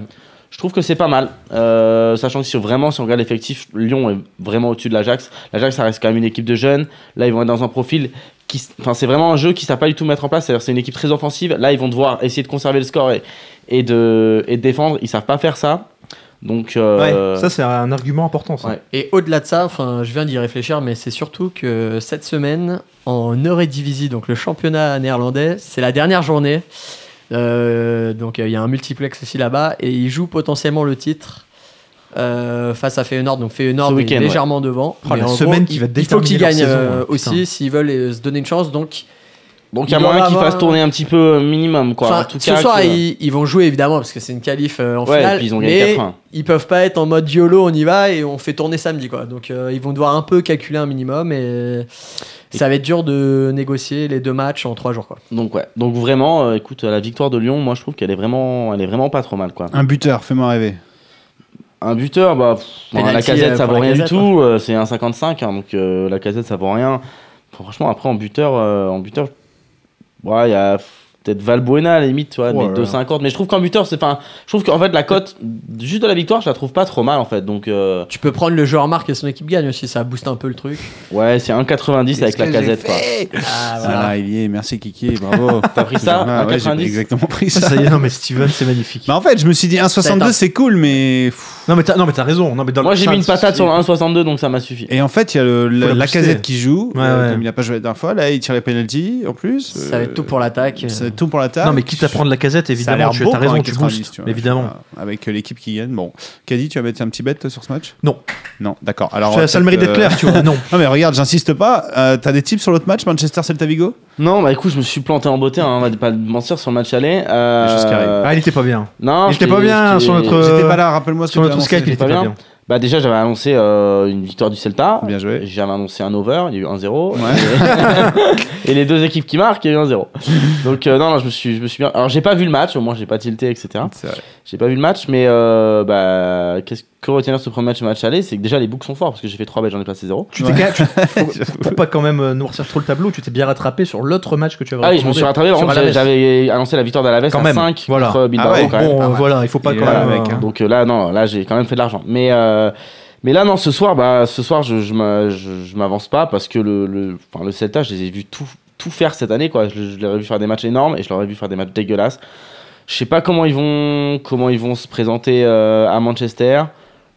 Je trouve que c'est pas mal. Euh, sachant que si vraiment, si on regarde l'effectif, Lyon est vraiment au-dessus de l'Ajax. L'Ajax, ça reste quand même une équipe de jeunes. Là, ils vont être dans un profil. qui s- Enfin, c'est vraiment un jeu qui ne savent pas du tout mettre en place. C'est-à-dire, c'est une équipe très offensive. Là, ils vont devoir essayer de conserver le score et, et, de, et de défendre. Ils savent pas faire ça. Donc. euh, Ouais, ça c'est un argument important. Ça. ouais. Et au-delà de ça, enfin, je viens d'y réfléchir, mais c'est surtout que cette semaine, en Eredivisie, donc le championnat néerlandais, c'est la dernière journée. Euh, donc euh, il y a un multiplex aussi là-bas et ils jouent potentiellement le titre euh, face à Feyenoord. Donc Feyenoord Ce est week-end, ouais. légèrement devant. Oh, la en semaine qui il- va Il faut qu'ils déterminer leur gagnent saison, euh, hein, putain. aussi s'ils veulent euh, se donner une chance. Donc Donc il y a Il doit moyen qu'il avoir- fasse tourner un petit peu euh, minimum quoi. Enfin, en tout ce cas, soir, que- ils, ils vont jouer évidemment parce que c'est une qualif euh, en Ouais, finale. et puis ils ont gagné mais 4-1. ils peuvent pas être en mode YOLO, on y va et on fait tourner samedi quoi. Donc euh, ils vont devoir un peu calculer un minimum et ça va être dur de négocier les deux matchs en trois jours quoi. Donc ouais. Donc vraiment, euh, écoute, la victoire de Lyon, moi je trouve qu'elle est vraiment, elle est vraiment pas trop mal quoi. Un buteur, fais-moi rêver. Un buteur, bah, pff, Penalty, bon, la casette euh, ça pour vaut la rien du Casette, tout. euh, c'est 1,55 hein, donc euh, la casette ça vaut rien. Enfin, franchement, après en buteur, euh, en buteur, ouais, il y a pff, peut-être Valbuena à la limite, Oh tu vois, Ouais, mais ouais. 2,50. Mais je trouve qu'en buteur, c'est, enfin, je trouve qu'en fait la cote juste de la victoire, je la trouve pas trop mal en fait. Donc euh, Tu peux prendre le joueur marque et son équipe gagne aussi, ça booste un peu le truc. ouais, c'est 1,90 avec la casette quoi. Ah, Voilà, voilà. il y est, merci Kiki, bravo. T'as pris ça Ah, ouais, j'ai 1,90. exactement pris ça. Ça y est, non mais Steven, c'est magnifique. Bah en fait, je me suis dit Ça va 1,62 être c'est cool, mais. pff. Non mais t'as, non mais t'as raison. Non, mais dans le- Moi j'ai ça, mis une c'est- patate sur le 1,62 donc ça m'a suffi. Et en fait, il y a le- la, Faut le la booster. casette qui joue, Ouais, euh, ouais. comme il n'a pas joué la dernière fois, là il tire les penalties en plus. Ça va euh, être tout pour l'attaque. Ça va être tout pour la table. Non mais quitte à prendre la casette, Ça a l'air évidemment, tu beau as quand raison, même, tu 90, boostes. tu vois. Évidemment. Voilà, Avec euh, l'équipe qui gagne. Bon, Caddy, tu vas mettre un petit bet toi, sur ce match Non. Non, d'accord. Alors Ça, ça le mérite peut-être, d'être euh, clair, tu vois. Non. Non mais regarde, j'insiste pas. Euh, T'as des tips sur l'autre match, Manchester Celta Vigo Non, bah écoute, je me suis planté en beauté, hein, on va pas mentir sur le match aller. Euh, Les choses qui arrivent. Ah, il était pas bien. Non, Il je était t'ai- pas bien je t'ai- sur notre- Euh, J'étais pas là, rappelle-moi ce Sur que notre t'as Skype, annoncé. il était pas bien. Bah déjà, j'avais annoncé euh, une victoire du Celta. Bien joué. J'avais annoncé un over, il y a eu 1-0. Ouais. Et les deux équipes qui marquent, il y a eu 1-0. Donc euh, non, non, je me suis, je me suis bien. Alors j'ai pas vu le match, au moins j'ai pas tilté, etc. C'est vrai. J'ai pas vu le match, mais euh, bah qu'est-ce que retenir de ce premier match, match aller, c'est que déjà les books sont forts parce que j'ai fait 3 bêtes, j'en ai placé 0. Tu t'es quand- tu- faut- pour pas quand même euh, noircir trop le tableau, tu t'es bien rattrapé sur l'autre match que tu avais. Ah oui, je me suis rattrapé. par Sur contre, Alaves. J'avais annoncé la victoire d'Alaves Quand à même. 5 Voilà. contre Bilbao. Ah ouais, quand même. Bon, Pas euh, mal. voilà, il faut pas Il quand est là, même. le mec, euh, hein. Donc euh, là, non, là, j'ai quand même fait de l'argent. Mais, euh, mais là, non, ce soir, bah, ce soir, je, je, m'a- je- je m'avance pas parce que le, le, enfin, le Celta, je les ai vus tout, tout faire cette année, quoi. Je, je l'aurais vu faire des matchs énormes et je l'aurais vu faire des matchs dégueulasses. Je sais pas comment ils vont, comment ils vont se présenter euh, à Manchester.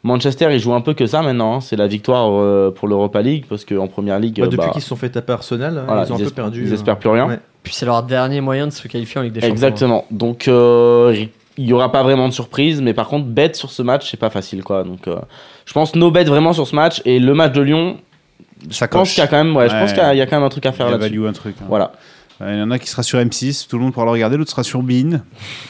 Manchester, ils jouent un peu que ça maintenant. hein. C'est la victoire euh, pour l'Europa League parce qu'en première ligue, bah, euh, depuis bah, qu'ils se sont fait taper Arsenal, hein, voilà, ils ont un ils peu es- perdu. ils euh, espèrent plus rien. ouais. Puis c'est leur dernier moyen de se qualifier en Ligue des Champions. Exactement. hein. Donc euh, il y aura pas vraiment de surprise, mais par contre bet sur ce match c'est pas facile quoi. Donc euh, je pense no bet vraiment sur ce match et le match de Lyon. Ça Je pense coche. qu'il y a quand même, ouais, je Ouais. pense qu'il y a- il y a quand même un truc à Il y faire a là-dessus. value un truc. hein. Voilà. Euh, Il y en a qui sera sur M6, tout le monde pourra le regarder, l'autre sera sur Bean.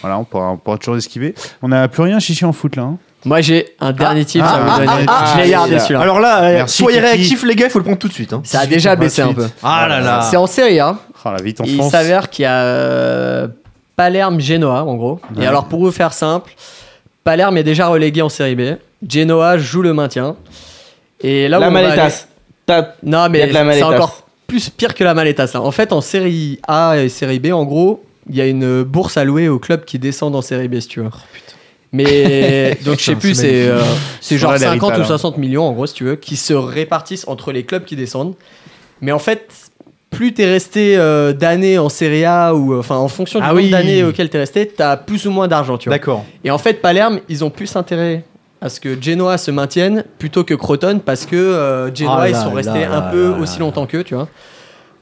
Voilà, on pourra, on pourra toujours esquiver. On n'a plus rien chichi en foot là. hein. Moi, j'ai un dernier type. ça ah, vous ah, donne- ah, je l'ai ah, gardé ah, celui-là. Alors là, euh, Merci, soyez Kiki. réactifs, les gars, il faut le prendre tout de suite. hein. ça a déjà baissé un peu. Ah là là. C'est en série hein. A. Oh la vite en Il France. s'avère qu'il y a euh, Palerme, Genoa en gros. Ouais. Et alors pour vous faire simple, Palerme est déjà relégué en série B. Genoa joue le maintien. Et là où la on va aller- Maletas. T'as- Non Il y a mais de la c'est Maletas. encore plus pire que la Maletas. hein. En fait en série A et série B en gros, il y a une bourse allouée aux clubs qui descendent en série B si tu veux. Oh, Mais donc je sais Putain, plus, c'est c'est euh, c'est genre Voilà l'héritage, 50 ou hein. 60 millions en gros si tu veux, qui se répartissent entre les clubs qui descendent. Mais en fait, plus t'es resté euh, d'années en Serie A ou euh, enfin en fonction du Ah nombre oui. d'années auxquelles t'es resté, t'as plus ou moins d'argent, tu vois. D'accord. Et en fait, Palerme, ils ont plus intérêt à ce que Genoa se maintienne plutôt que Croton parce que euh, Genoa Ah ils là sont là restés là un là peu là aussi longtemps qu'eux, tu vois.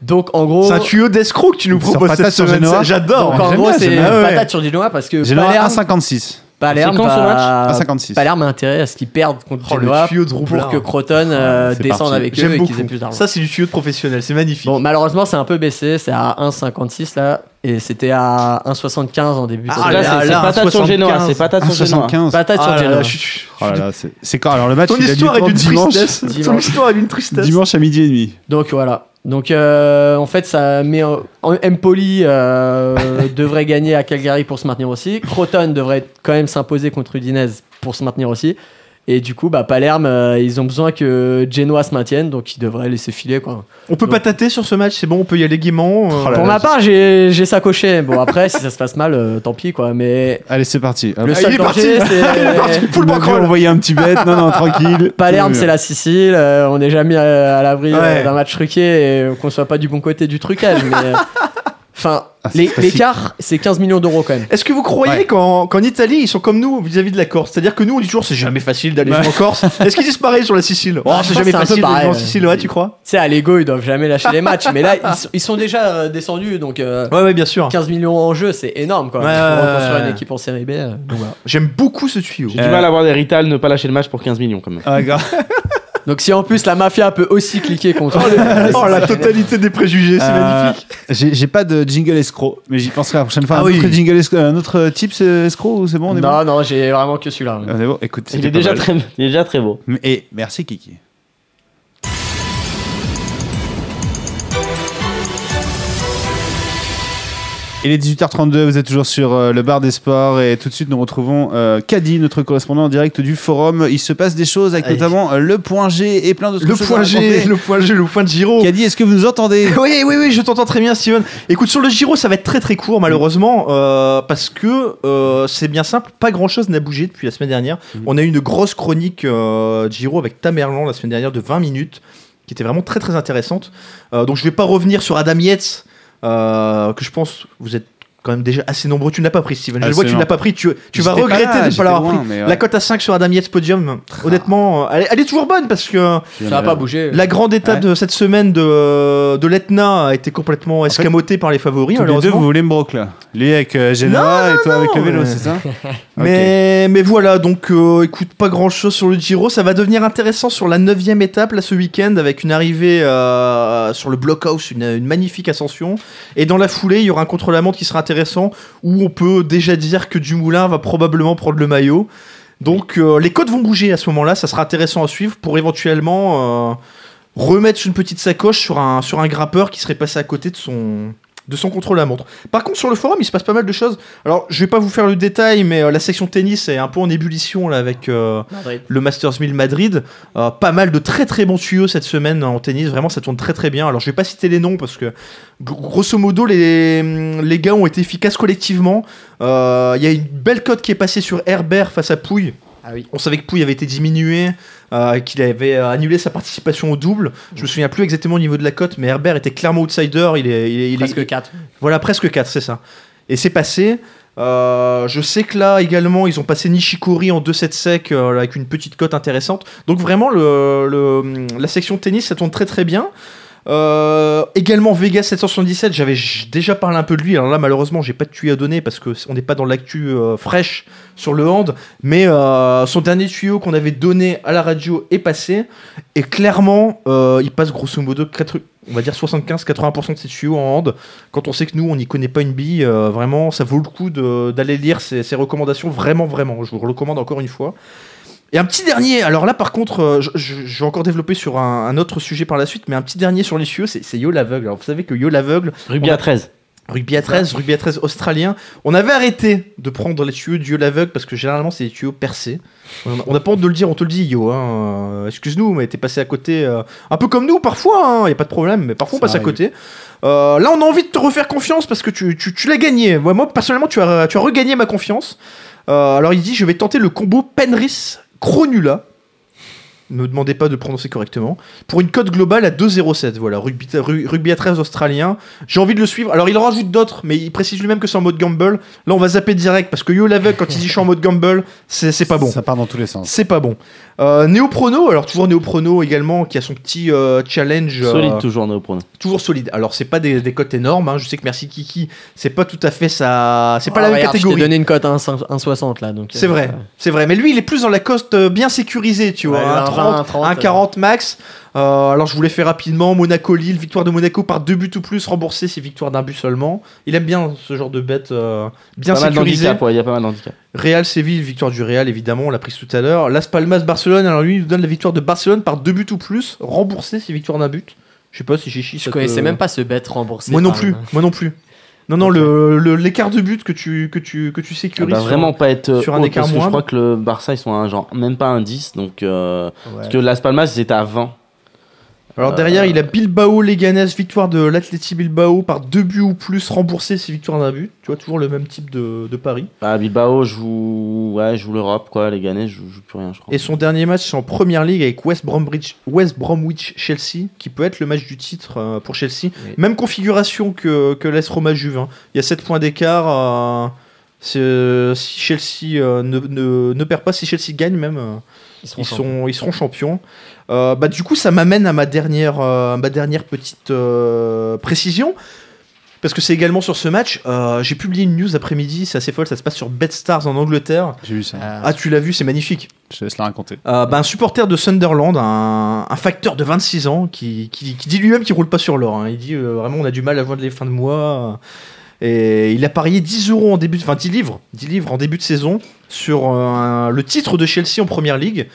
Donc en gros, C'est un tuyau d'escroc que tu nous Sur proposes patate cette sur semaine. Genoa. ça, J'adore. donc, en j'aime gros bien, c'est j'aime une ah bien, ouais. patate sur Genoa parce que Genoa Palerme, 1,56. Palerme C'est quand son match va- 1,56. Palerme a intérêt à ce qu'ils perdent contre Oh, le Genoa tuyau de roublard. pour que Croton euh, C'est descende parti. avec eux J'aime et beaucoup. qu'ils aient plus d'argent. Ça, c'est du tuyau de professionnel. C'est magnifique. Bon, malheureusement, c'est un peu baissé, c'est à 1,56 là, et c'était à 1,75 en début de Ah saison. là, là, c'est- c'est là, patate sur 75. Genoa. C'est patate sur Genoa. 1,75. Patate Ah sur là là, Genoa. je suis- Oh là là, c'est- c'est quand alors le match Ton il a histoire lieu est quand d'une dimanche, tristesse. Ton Dimanche. histoire est d'une tristesse. dimanche à midi et demi. Donc voilà. Donc euh, en fait, ça met en- en- Empoli euh, devrait gagner à Calgary pour se maintenir aussi. Croton devrait quand même s'imposer contre Udinese pour se maintenir aussi. Et du coup, bah, Palerme, euh, ils ont besoin que Genoa se maintienne, donc ils devraient laisser filer. Quoi. On peut Non. pas tâter sur ce match, c'est bon, on peut y aller gaiement. euh, Oh là Pour là, ma part, j'ai j'ai ça coché. Bon, après, si ça se passe mal, euh, tant pis, quoi. Mais Allez, c'est bah, parti. Hop. Le seul il est danger, c'est. Full Il m'a bankroll. vu envoyer un petit bête. Non, non, tranquille. Palerme, Tout c'est va la Sicile. euh, on n'est jamais euh, à l'abri euh, Ouais. d'un match truqué et qu'on soit pas du bon côté du trucage. mais, euh, Enfin, Ah, c'est les- facile. l'écart, c'est 15 millions d'euros quand même. Est-ce que vous croyez Ouais. qu'en qu'en Italie, ils sont comme nous vis-à-vis de la Corse C'est-à-dire que nous, on dit toujours c'est jamais facile d'aller Ouais. jouer en Corse. Est-ce qu'ils disent pareil sur la Sicile Oh, Ah, je c'est pense jamais que c'est un peu facile d'aller jouer en pareil. Sicile, ouais, tu crois Tu sais, à l'ego, ils doivent jamais lâcher les matchs. Mais là, ils, sont- ils sont déjà euh, descendus, donc euh, Ouais, ouais, bien sûr. 15 millions en jeu, c'est énorme quoi. Ouais, Pour ouais, ouais, reconstruire ouais. une équipe en série B. euh, donc, voilà. J'aime beaucoup ce tuyau. J'ai du mal à voir des Rital ne pas lâcher le match pour 15 millions quand même. bien. Ah, gars. Donc, si en plus la mafia peut aussi cliquer contre. Oh, la totalité des préjugés, c'est Euh, magnifique. J'ai j'ai pas de jingle escroc, mais j'y penserai la prochaine fois. Ah un, oui. autre jingle escroc, un autre type c'est escroc ou c'est bon on est bon non, non, j'ai vraiment que celui-là. On est bon Écoute, Il c'était est, pas déjà mal. très, il est déjà très beau. Et merci Kiki. Il est 18h32, vous êtes toujours sur euh, le bar des sports et tout de suite nous retrouvons euh, Caddy, notre correspondant en direct du forum. Il se passe des choses avec Allez. notamment euh, le point G et plein d'autres Le choses à point G, raconter. le point G, le point de Giro. Caddy, est-ce que vous nous entendez Oui, oui, oui, je t'entends très bien, Steven. Écoute, sur le Giro, ça va être très très court, Mm. malheureusement, euh, parce que euh, c'est bien simple, pas grand chose n'a bougé depuis la semaine dernière. Mm. On a eu une grosse chronique euh, Giro avec Tamerlan la semaine dernière de 20 minutes, qui était vraiment très très intéressante. Euh, donc je vais pas revenir sur Adam Yates, euh, que je pense vous êtes quand même déjà assez nombreux. Tu ne l'as pas pris, Steven. Je vois que tu Absolument. ne l'as pas pris, tu, tu J'étais vas pas regretter là, de ne pas l'avoir j'étais pris. loin, mais euh. Ah. ouais. La cote à 5 sur Adam Yates podium, honnêtement, euh, elle, est- elle est toujours bonne parce que. Ça va pas euh, bouger. La grande étape Ouais. de cette semaine de, de l'Etna a été complètement escamotée par les favoris, Tous les deux, malheureusement. vous voulez me broc là. Lui avec euh, Genoa et toi avec le vélo, mais- c'est ça mais, mais voilà, donc euh, écoute, pas grand chose sur le Giro. Ça va devenir intéressant sur la neuvième étape là ce week-end avec une arrivée euh, sur le Blockhouse, une, une magnifique ascension. Et dans la foulée, il y aura un contre-la-montre qui sera intéressant où on peut déjà dire que Dumoulin va probablement prendre le maillot. Donc euh, les codes vont bouger à ce moment-là, ça sera intéressant à suivre pour éventuellement euh, remettre une petite sacoche sur un, sur un grappeur qui serait passé à côté de son, de son contre-la-montre. Par contre sur le forum, il se passe pas mal de choses. Alors je vais pas vous faire le détail, mais euh, la section tennis est un peu en ébullition là avec... euh, Madrid. le Masters 1000 Madrid. Euh, pas mal de très très bons tuyaux cette semaine hein, en tennis. Vraiment, ça tourne très très bien. Alors, je vais pas citer les noms parce que gr- grosso modo, les, mm, les gars ont été efficaces collectivement. Euh, Il y a une belle cote qui est passée sur Herbert face à Pouille. Ah oui. On savait que Pouille avait été diminué, euh, qu'il avait euh, annulé sa participation au double. Je me souviens plus exactement au niveau de la cote, mais Herbert était clairement outsider. Il est, il est- il est- Presque 4. voilà, presque 4, c'est ça. Et c'est passé. Euh, je sais que là également, ils ont passé Nishikori en 2-7 sec euh, avec une petite cote intéressante. Donc vraiment, le, le- la section tennis, ça tourne très très bien. Euh, également Vega 777, j'avais j- déjà parlé un peu de lui. Alors là, malheureusement, j'ai pas de tuyau à donner parce que c- on n'est pas dans l'actu euh, fraîche sur le hand. Mais euh, son dernier tuyau qu'on avait donné à la radio est passé. Et clairement, euh, il passe grosso modo, quatre- on va dire 75-80% de ses tuyaux en hand. Quand on sait que nous, on n'y connaît pas une bille, euh, vraiment, ça vaut le coup de- d'aller lire ses, ses recommandations. Vraiment, vraiment. Je vous le recommande encore une fois. Et un petit dernier, alors là par contre, euh, je, je- je vais encore développer sur un, un autre sujet par la suite, mais un petit dernier sur les tuyaux, c'est c'est Yo l'aveugle. Alors vous savez que Yo l'aveugle, Rugby On a- à 13. rugby à 13, rugby à 13 australien, on avait arrêté de prendre les tuyaux de Yo l'aveugle E parce que généralement c'est des tuyaux percés. On a- on n'a pas honte de le dire, on te le dit Yo. hein. Euh, Excuse-nous, mais t'es passé à côté, euh, un peu comme nous parfois, il a pas de problème, mais parfois on Ça passe à arrive. côté. Euh, là on a envie de te refaire confiance parce que tu, tu- tu l'as gagné. Moi, moi, personnellement tu as, tu as regagné ma confiance. Euh, alors il dit je vais tenter le combo Penris Cronula. Ne me demandez pas de prononcer correctement. Pour une cote globale à 2,07. Voilà, rugby, ru- rugby à 13 australien. J'ai envie de le suivre. Alors il en rajoute d'autres, mais il précise lui-même que c'est en mode gamble. Là on va zapper direct parce que Yo l'aveugle, quand il dit je suis en mode gamble, c'est c'est pas bon. Ça part dans tous les sens. C'est pas bon. Euh, Néoprono, alors toujours Néoprono également, qui a son petit euh, challenge. euh, Solide toujours nos pronos. toujours solide. Alors c'est pas des, des cotes énormes, hein. je sais que Merci Kiki, c'est pas tout à fait ça. C'est pas la Ah, même regarde, Je t'ai catégorie. donné une cote à 1,5 1,60 là. donc, C'est euh, vrai, c'est vrai. Mais lui, il est plus dans la coste euh, bien sécurisée, tu vois. Ouais, un 30, un 20, 30, un 40 max. Euh, alors, je vous l'ai fait rapidement. Monaco-Lille, victoire de Monaco par deux buts ou plus, remboursé, c'est victoire d'un but seulement. Il aime bien ce genre de bête euh, bien Pas mal sécurisée. d'handicap, ouais, il y a pas mal d'handicap. Real Séville, victoire du Real, évidemment, on l'a prise tout à l'heure. Las Palmas, Barcelone, alors lui, il nous donne la victoire de Barcelone par deux buts ou plus, remboursé, c'est victoire d'un but. Je sais pas si Chichi. Je ça te- connaissais même pas ce bête remboursé. Moi non par- plus, moi non plus. Non, non, hein. Ok. Ah bah le- le- l'écart de but que tu, que tu, que tu On sécurises. va sur- vraiment pas être euh, sur un haut, parce écart que moindre. Je crois que le Barça ils sont à un genre même pas un 10 donc euh, Ouais. parce que Las Palmas ils étaient à 20. Alors derrière, il a Bilbao, Leganés, victoire de l'Atleti Bilbao par deux buts ou plus, remboursé, c'est victoire d'un but. Tu vois, toujours le même type de, de pari. Bah, Bilbao joue ouais, joue l'Europe quoi, les Ganais je joue plus rien je crois. Et son dernier match c'est en première ligue avec West Bromwich, West Bromwich Chelsea, qui peut être le match du titre euh, pour Chelsea. Oui. Même configuration que, que l'AS Roma Juve. hein. Il y a 7 points d'écart. euh, c'est, euh, si Chelsea euh, ne, ne- ne perd pas, si Chelsea gagne même, euh, Ils seront ils, champions. sont, ils seront champions. Euh, bah, du coup, ça m'amène à ma dernière, euh, ma dernière petite euh, précision. Parce que c'est également sur ce match. euh, J'ai publié une news après-midi, c'est assez folle, ça se passe sur BetStars en Angleterre. J'ai vu ça. Ah, Ah, tu l'as vu, c'est magnifique. Je te laisse la raconter. Euh, bah, un supporter de Sunderland, un, un facteur de 26 ans, qui, qui- qui dit lui-même qu'il roule pas sur l'or. hein. Il dit euh, vraiment on a du mal à joindre les fins de mois. Et il a parié 10 euros en début, de- enfin 10 livres, 10 livres en début de saison sur euh, un- le titre de Chelsea en première ligue,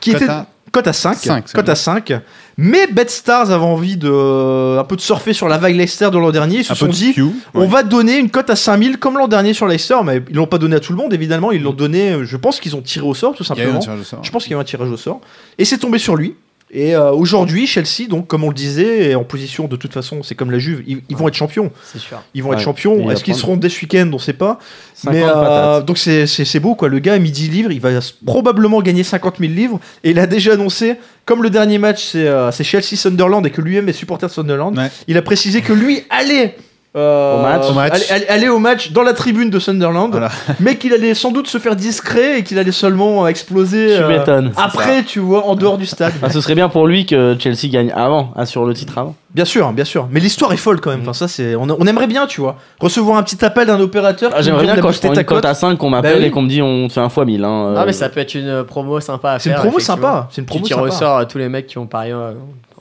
qui Cote était à- cote à 5, Cinq, c'est cote à 5. Mais BetStars avait envie de un peu de surfer sur la vague Leicester de l'an dernier, ils se un sont peu de dit skew. on va donner une cote à 5000 comme l'an dernier sur Leicester, mais ils l'ont pas donné à tout le monde évidemment, ils l'ont donné, je pense qu'ils ont tiré au sort tout Il y a eu un simplement. tirage au sort. Je pense qu'il y a eu un tirage au sort. Et c'est tombé sur lui. Et euh, aujourd'hui, Chelsea, donc comme on le disait, est en position de toute façon, c'est comme la Juve, ils, ils vont être champions. c'est sûr. Ils vont Ouais. être Et il champions. va Est-ce qu'ils prendre- seront dès ce week-end On ne sait pas. 50 Mais, euh, patates. donc c'est- c'est c'est beau quoi. Le gars à midi livre, il va s- probablement gagner 50 000 livres. Et il a déjà annoncé, comme le dernier match c'est euh, c'est Chelsea Sunderland et que lui-même est supporter de Sunderland, Ouais. il a précisé que lui allait. euh, Au match. Au match. Allait, allait- allait au match dans la tribune de Sunderland, Voilà. mais qu'il allait sans doute se faire discret et qu'il allait seulement euh, exploser Tu euh, m'étonnes. après, tu vois, en dehors du stade. Ah, ce serait bien pour lui que Chelsea gagne avant, assure le titre avant. Bien sûr, hein, bien sûr. Mais l'histoire est folle quand même. Enfin, ça, c'est. On, on aimerais bien, tu vois, recevoir un petit appel d'un opérateur. Ah, qui J'aimerais nous dit, bien on a quand je boosté prends ta une cote à 5 qu'on m'appelle Bah oui. et qu'on me dit on te fait un fois 1000. Hein, Ah, euh, mais ça peut être une euh, promo sympa à C'est faire. une promo effectivement. sympa. C'est une promo tu tires sympa. au sort euh, tous les mecs qui ont parié euh,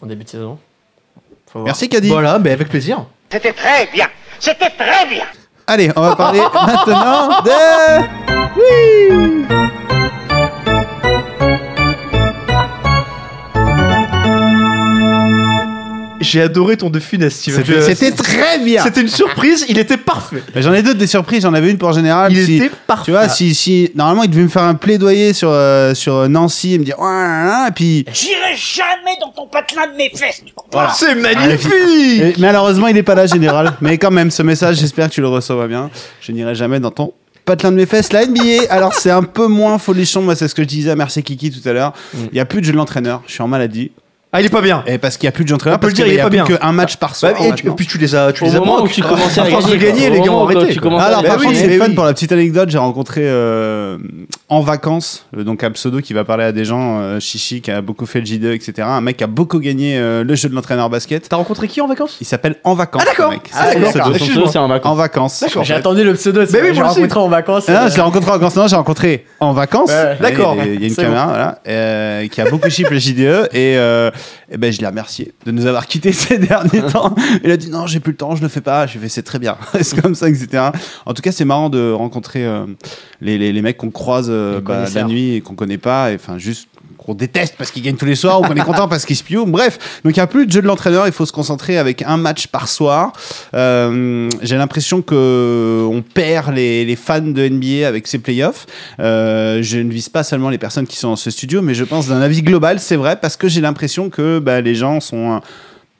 en début de saison. Faut voir. Merci Caddy. Voilà, mais avec plaisir. C'était très bien. C'était très bien. Allez, on va parler maintenant de. J'ai adoré ton De Funès, Steven. C'était Je- c'était très bien. C'était une surprise, il était parfait. Mais J'en ai deux des surprises. J'en avais une pour général. Il si- était parfait. Tu vois, si, si normalement il devait me faire un plaidoyer sur euh, sur Nancy et me dire ouais, là, là, et puis J'irai jamais dans ton patelin de mes fesses, tu comprends Voilà. C'est magnifique et- malheureusement il est pas là général. mais quand même ce message, j'espère que tu le recevras bien. Je n'irai jamais dans ton patelin de mes fesses la NBA. Alors c'est un peu moins folichon. Moi c'est ce que je disais à Merci Kiki tout à l'heure. Il y a plus de jeu de l'entraîneur. Je suis en maladie. Ah, il est pas bien. Mm. Et parce qu'il y a plus de jeu d'entraîneur. On peut parce le dire, que, il est bah, pas y a plus bien. qu'un match par Bah, soir. et, tu- maintenant. et puis tu les as, tu Au les as moment où brocs. tu commençais à force de gagner, gagner, les quoi. gars Au Ah, ont moment où arrêté. tu quoi. commences à Alors, par gagner. contre, mais c'est oui. fun pour la petite anecdote. J'ai rencontré euh, en vacances, euh, donc un pseudo qui va parler à des gens, euh, Chichi qui a beaucoup fait le J2, etc. Un mec qui a beaucoup gagné euh, le jeu de l'entraîneur basket. T'as rencontré qui en vacances Il s'appelle En Vacances. Ah, d'accord. le mec. Ah, C'est son d'accord. pseudo. Son pseudo, c'est en En vacances. vacances. D'accord. J'ai attendu le pseudo, c'est Mais oui, que j'ai moi aussi. rencontré en vacances. Ah, non, euh, je l'ai rencontré en vacances. Non, j'ai rencontré en vacances. Ouais, Il y a- d'accord. Il y a- il y a une C'est caméra voilà, euh, qui a beaucoup chip le JDE et, euh, eh ben je l'ai remercié de nous avoir quittés ces derniers temps. Il a dit non, j'ai plus le temps, je le fais pas. J'ai fait c'est très bien. c'est comme ça, etc. En tout cas, c'est marrant de rencontrer euh, les, les, les mecs qu'on croise euh, Les bah, la connaisseurs. nuit et qu'on connaît pas. et Enfin, juste qu'on déteste parce qu'ils gagnent tous les soirs ou qu'on est content parce qu'ils se pioent. Bref, donc il n'y a plus de jeu de l'entraîneur. Il faut se concentrer avec un match par soir. Euh, j'ai l'impression que on perd les, les fans de NBA avec ces playoffs. Euh, je ne vise pas seulement les personnes qui sont dans ce studio, mais je pense d'un avis global, c'est vrai, parce que j'ai l'impression que bah, les gens sont euh,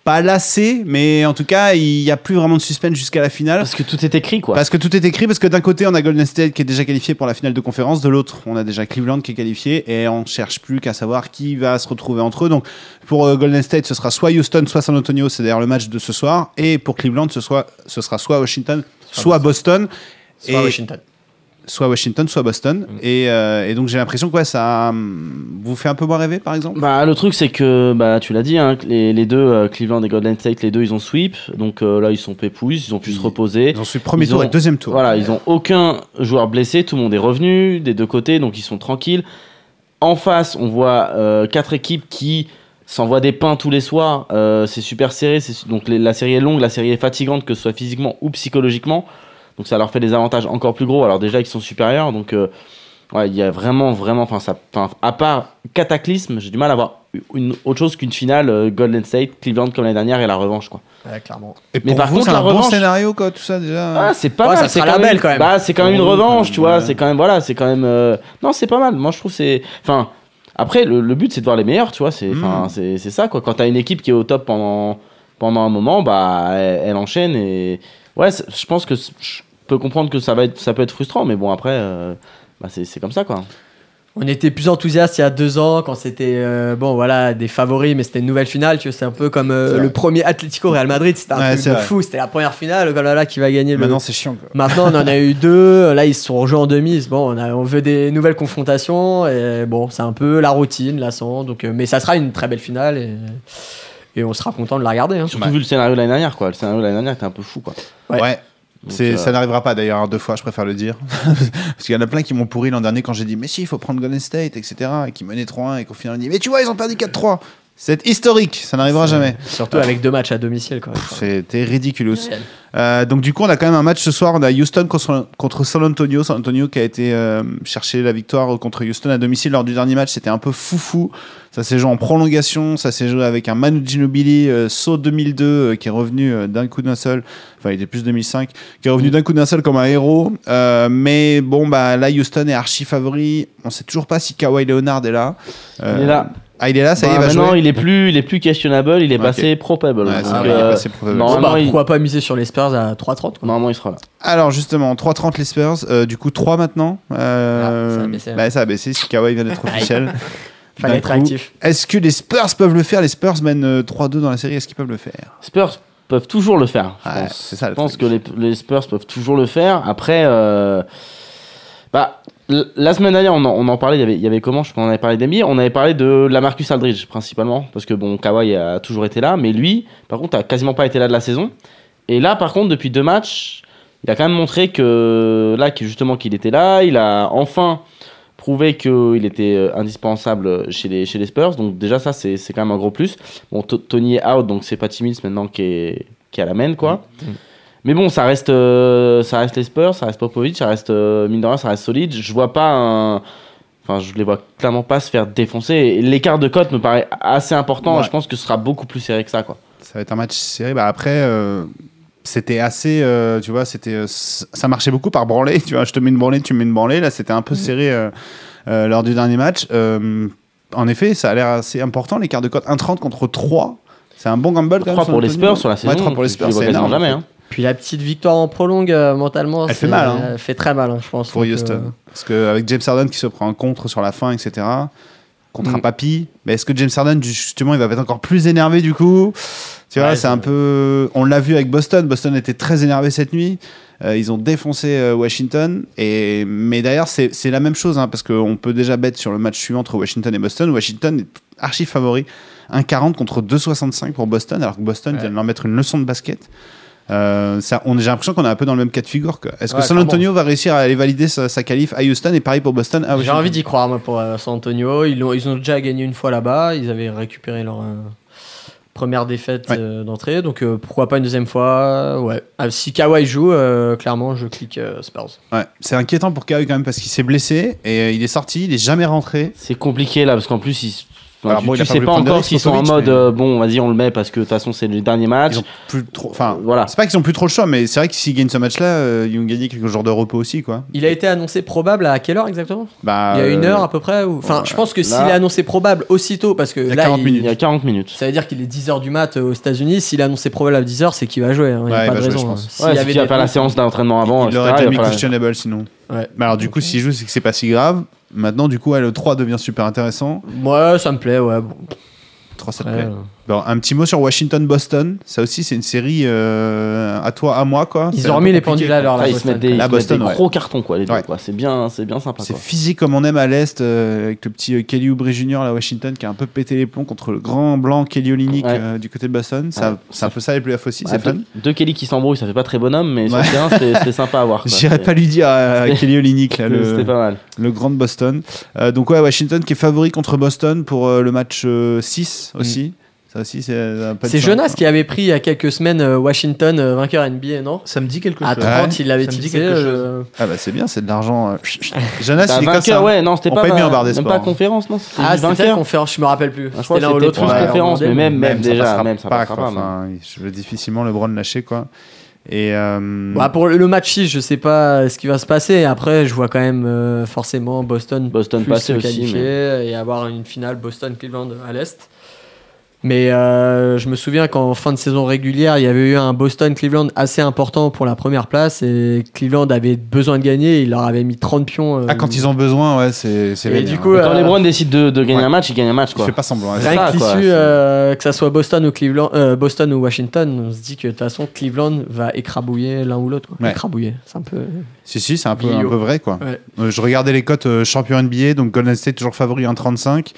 pas lassés, mais en tout cas, il n'y a plus vraiment de suspense jusqu'à la finale. Parce que tout est écrit, quoi. Parce que tout est écrit, parce que d'un côté on a Golden State qui est déjà qualifié pour la finale de conférence, de l'autre on a déjà Cleveland qui est qualifié et on cherche plus qu'à savoir qui va se retrouver entre eux. Donc pour euh, Golden State ce sera soit Houston, soit San Antonio, c'est d'ailleurs le match de ce soir, et pour Cleveland ce, soit, ce sera soit Washington, soit Boston. sur et- euh, Washington. soit Washington, soit Boston. Mm. Et, euh, et donc j'ai l'impression que ouais, ça hum, vous fait un peu moins rêver, par exemple. Bah, le truc, c'est que bah, tu l'as dit, hein, que les, les deux, euh, Cleveland et Golden State, les deux, ils ont sweep. Donc euh, là, ils sont pépouilles, ils ont pu Ils- se reposer. Ils ont su premier Ils tour ont- et deuxième tour. Voilà, ils ont aucun joueur blessé, tout le monde est revenu des deux côtés, donc ils sont tranquilles. En face, on voit euh, quatre équipes qui s'envoient des pains tous les soirs. euh, c'est super serré, c'est su- donc les- la série est longue, la série est fatigante, que ce soit physiquement ou psychologiquement. Donc ça leur fait des avantages encore plus gros. Alors déjà, ils sont supérieurs, donc euh, ouais, il y a vraiment, vraiment, enfin, ça, enfin, à part cataclysme, j'ai du mal à voir une autre chose qu'une finale euh, Golden State, Cleveland comme l'année dernière et la revanche, quoi. Ouais, clairement. Et Mais pour par vous, contre, c'est la un bon revanche- scénario, quoi, tout ça déjà. Ah, c'est pas Ouais, mal. ça c'est sera la même- belle, quand même. Bah, c'est quand même une Oui, revanche, tu quand même, vois. ouais. C'est quand même voilà, c'est quand même. euh, Non, c'est pas mal. Moi, je trouve que c'est. Enfin, après, le, le but c'est de voir les meilleurs, tu vois. C'est enfin, Mm. c'est c'est ça quoi. Quand t'as une équipe qui est au top pendant pendant un moment, bah, elle, elle enchaîne et ouais, c'est- je pense que c'est- je peux comprendre que ça va être ça peut être frustrant, mais bon après. euh, Bah c'est c'est comme ça quoi. On était plus enthousiastes il y a deux ans quand c'était euh, bon voilà des favoris mais c'était une nouvelle finale tu vois c'est un peu comme euh, C'est vrai. le premier Atlético Real Madrid c'était un Ouais, truc c'est de vrai. fou c'était la première finale oh là là qui va gagner le Maintenant, c'est chiant, quoi. Maintenant, on en a eu deux. Là, ils se sont rejoués en demi. Bon, on, a- on veut des nouvelles confrontations. Et bon, c'est un peu la routine, lassant. Donc, euh, mais ça sera une très belle finale. Et, et on sera content de la regarder. hein. Surtout vu le scénario de l'année dernière quoi. Le scénario de l'année dernière était un peu fou quoi. Ouais. Ouais. Donc, C'est- euh, Ça n'arrivera pas d'ailleurs, hein, deux fois, je préfère le dire. Parce qu'il y en a plein qui m'ont pourri l'an dernier quand j'ai dit, mais si, il faut prendre Golden State, etc. Et qui menaient 3-1 et qu'au final, on dit, mais tu vois, ils ont perdu 4-3. C'est historique, ça n'arrivera jamais. Surtout avec deux matchs à domicile. Quoi. C'était ridicule Euh, donc du coup, on a quand même un match ce soir. On a Houston contre, contre San Antonio. San Antonio qui a été euh, chercher la victoire contre Houston à domicile lors du dernier match. C'était un peu foufou. Ça s'est joué en prolongation. Ça s'est joué avec un Manu Ginobili euh, saut 2002 euh, qui est revenu euh, d'un coup d'un seul. Enfin, il était plus 2005 qui est revenu d'un coup d'un seul comme un héros. Euh, mais bon, bah là, Houston est archi favori. On sait toujours pas si Kawhi Leonard est là. Euh, Il est là. Ah, il est là. Ça y est, il Bah, va maintenant, jouer. il est plus il est plus questionnable, il est Ok. passé probable. Ouais, Donc, c'est vrai, il est euh, passé probable. non, Bon, bah, Normalement, il- pourquoi pas miser sur les Spurs à 3-30 quoi. normalement il sera là. Alors justement, 3.30 les Spurs, euh, du coup 3 maintenant. Euh, Ah, ça a baissé. bah, ça a baissé si Kawhi vient d'être officiel. Fallait D'un être coup, actif. Est-ce que les Spurs peuvent le faire Les Spurs mènent euh, 3-2 dans la série, est-ce qu'ils peuvent le faire Spurs peuvent toujours le faire. Je Ouais, pense, c'est ça, le Je pense truc. que les, les Spurs peuvent toujours le faire. Après, euh, bah, l- la semaine dernière, on en, on en parlait. Il y avait- il y avait comment Je pense qu'on avait parlé d'NBA. On avait parlé de la Marcus Aldridge principalement, parce que bon, Kawhi a toujours été là, mais lui, par contre, a quasiment pas été là de la saison. Et là, par contre, depuis deux matchs, il a quand même montré que là, qu'il- justement, qu'il était là. Il a enfin prouvé qu'il était euh, indispensable chez les, chez les Spurs. Donc déjà, ça, c'est c'est quand même un gros plus. Bon, To- Tony est out, donc c'est pas Timmins maintenant qui est, qui est à la main, quoi. Mm. Mais bon, ça reste, euh, ça reste les Spurs, ça reste Popovic, ça reste euh, mine de rien, ça reste solide. Je vois pas un. Enfin, je les vois clairement pas se faire défoncer. Et L'écart de cote me paraît assez important. Ouais. Je pense que ce sera beaucoup plus serré que ça, quoi. Ça va être un match serré. Bah, après, euh, c'était assez, euh, tu vois, c'était, euh, s- ça marchait beaucoup par branlée. Tu vois, je te mets une branlée, tu me mets une branlée. Là, c'était un Mm. peu serré euh, euh, lors du dernier match. Euh, en effet, ça a l'air assez important. L'écart de cote 1,30 contre 3. C'est un bon gamble. quand 3 même, pour les San Antonio. Spurs sur la saison. Ouais, 3 pour les je Spurs, les vois c'est quasiment énorme. jamais, en hein. Puis la petite victoire en prolongue euh, mentalement. Elle c'est- fait mal, hein. Elle fait très mal, hein, je pense. pour Donc, Houston. euh, Parce qu'avec James Harden qui se prend un contre sur la fin, etc. contre un Mm. papy. Mais est-ce que James Harden, justement, il va être encore plus énervé du coup Tu vois, Ouais, c'est un c'est- peu. On l'a vu avec Boston. Boston était très énervé cette nuit. Euh, ils ont défoncé euh, Washington. Et... Mais d'ailleurs, c'est c'est la même chose, hein, parce qu'on peut déjà bête sur le match suivant entre Washington et Boston. Washington est archi favori. 1,40 contre 2,65 pour Boston, alors que Boston Ouais. vient de leur mettre une leçon de basket. Euh, ça, on, j'ai l'impression qu'on est un peu dans le même cas de figure. quoi. Est-ce que Ouais, San Antonio va réussir à aller valider sa, sa qualif à Houston et pareil pour Boston à J'ai Washington envie d'y croire, moi, pour euh, San Antonio. Ils ont, ils ont déjà gagné une fois là-bas. Ils avaient récupéré leur euh, première défaite Ouais. euh, d'entrée. Donc, euh, pourquoi pas une deuxième fois Ouais. Ah, si Kawhi joue, euh, clairement, je clique euh, Spurs. Ouais, c'est inquiétant pour Kawhi quand même parce qu'il s'est blessé et euh, il est sorti, il est jamais rentré. C'est compliqué là parce qu'en plus ils. enfin, Alors, tu bon, il tu a pas sais voulu pas prendre de encore risque, s'ils sont en Popovic, mode mais- euh, bon vas-y on le met parce que de toute façon c'est le dernier match. Ils ont plus trop. Enfin, Voilà. c'est pas qu'ils ont plus trop le choix, mais c'est vrai que s'ils gagnent ce match-là, euh, ils ont gagné quelques jours de repos aussi, quoi. Il a été annoncé probable à quelle heure exactement Bah, Il y a une euh, heure à peu près ou... Enfin, je pense que s'il Là- est annoncé probable aussitôt, parce que Il y a là, 40 minutes. Il y a 40 minutes. ça veut dire qu'il est 10h du mat euh, aux États-Unis. S'il est annoncé probable à 10h, c'est qu'il va jouer. hein. Il n'y Ouais, a il pas va jouer, de je raison. hein. pense. S'il Ouais, y c'est avait qu'il va des faire la trucs- séance d'entraînement avant. il etc., aurait déjà va mis faire la- questionable sinon. Ouais. Mais alors, du coup, s'il joue, c'est que c'est pas si grave. Maintenant, du coup, ouais, le 3 devient super intéressant. Ouais, ça me plaît, ouais. Bon, 3, ça te après, plaît. euh, Bon, un petit mot sur Washington-Boston. Ça aussi, c'est une série euh, à toi, à moi, quoi. C'est Ils un ont peu remis les compliqué, pendules à l'heure. Ah, là, ils se Boston. mettent des, ils La se mettent des Boston, ouais. gros cartons quoi les deux Ouais. quoi. C'est bien, c'est bien sympa C'est quoi. physique comme on aime à l'Est, euh, avec le petit euh, Kelly Oubre Jr. là, à Washington qui a un peu pété les plombs contre le grand blanc Kelly Olynyk Ouais. euh, du côté de Boston. Ça, Ouais. C'est un peu ça les playoffs aussi, Ouais, c'est fun. deux, deux Kelly qui s'embrouillent, ça fait pas très bonhomme, mais sur Ouais. le terrain, c'était c'était sympa à voir. quoi. J'irai pas lui dire à C'était- Kelly Olynyk, là, C'était le, Ah, c'était pas mal. le grand de Boston. Euh, donc ouais, Washington qui est favori contre Boston pour euh, le match euh, 6 Mm. aussi. Ça aussi, c'est ça va pas hein. être C'est simple. Jonas qui avait pris il y a quelques semaines euh, Washington euh, vainqueur NBA, non Ça me dit quelque À chose. 30, il l'avait Ça me dit tissé. quelque chose. euh, Ah bah c'est bien, c'est de l'argent. euh, Jonas, Bah, il est comme vainqueur, ça. hein. ouais, non, c'était On pas, paye mieux en barre des même sports, pas hein. conférence, non. c'était Ah, juste c'était la vainqueur. conférence, je me rappelle plus. Ah, je crois C'était que l'un ou c'était l'autre. plus ouais, conférence, on mais demandait. même- ça déjà, passera même, ça pas, passera quoi. pas, Enfin, je veux difficilement LeBron lâcher quoi. Et euh, Bah, pour le match 6, je sais pas euh, ce qui va se passer. Après, je vois quand même euh, forcément Boston, Boston plus passer se aussi, qualifier et avoir une finale Boston-Cleveland à l'Est. Mais euh, je me souviens qu'en fin de saison régulière, il y avait eu un Boston-Cleveland assez important pour la première place et Cleveland avait besoin de gagner. Il leur avait mis 30 pions. euh, ah, quand ils ont besoin, ouais, c'est c'est Et vénère, du hein. coup, Quand euh, LeBron décide de, de gagner Ouais. un match, il gagne un match Il quoi. fait pas semblant. hein. C'est Rien ça, que quoi, l'issue, c'est- euh, que ça soit Boston ou Cleveland, euh, Boston ou Washington, on se dit que de toute façon Cleveland va écrabouiller l'un ou l'autre. quoi. Ouais. Écrabouiller, c'est un peu. Si, si, c'est un peu, un Bio. peu vrai, quoi. Ouais. Euh, je regardais les cotes euh, champion NBA, donc Golden State toujours favori 1,35.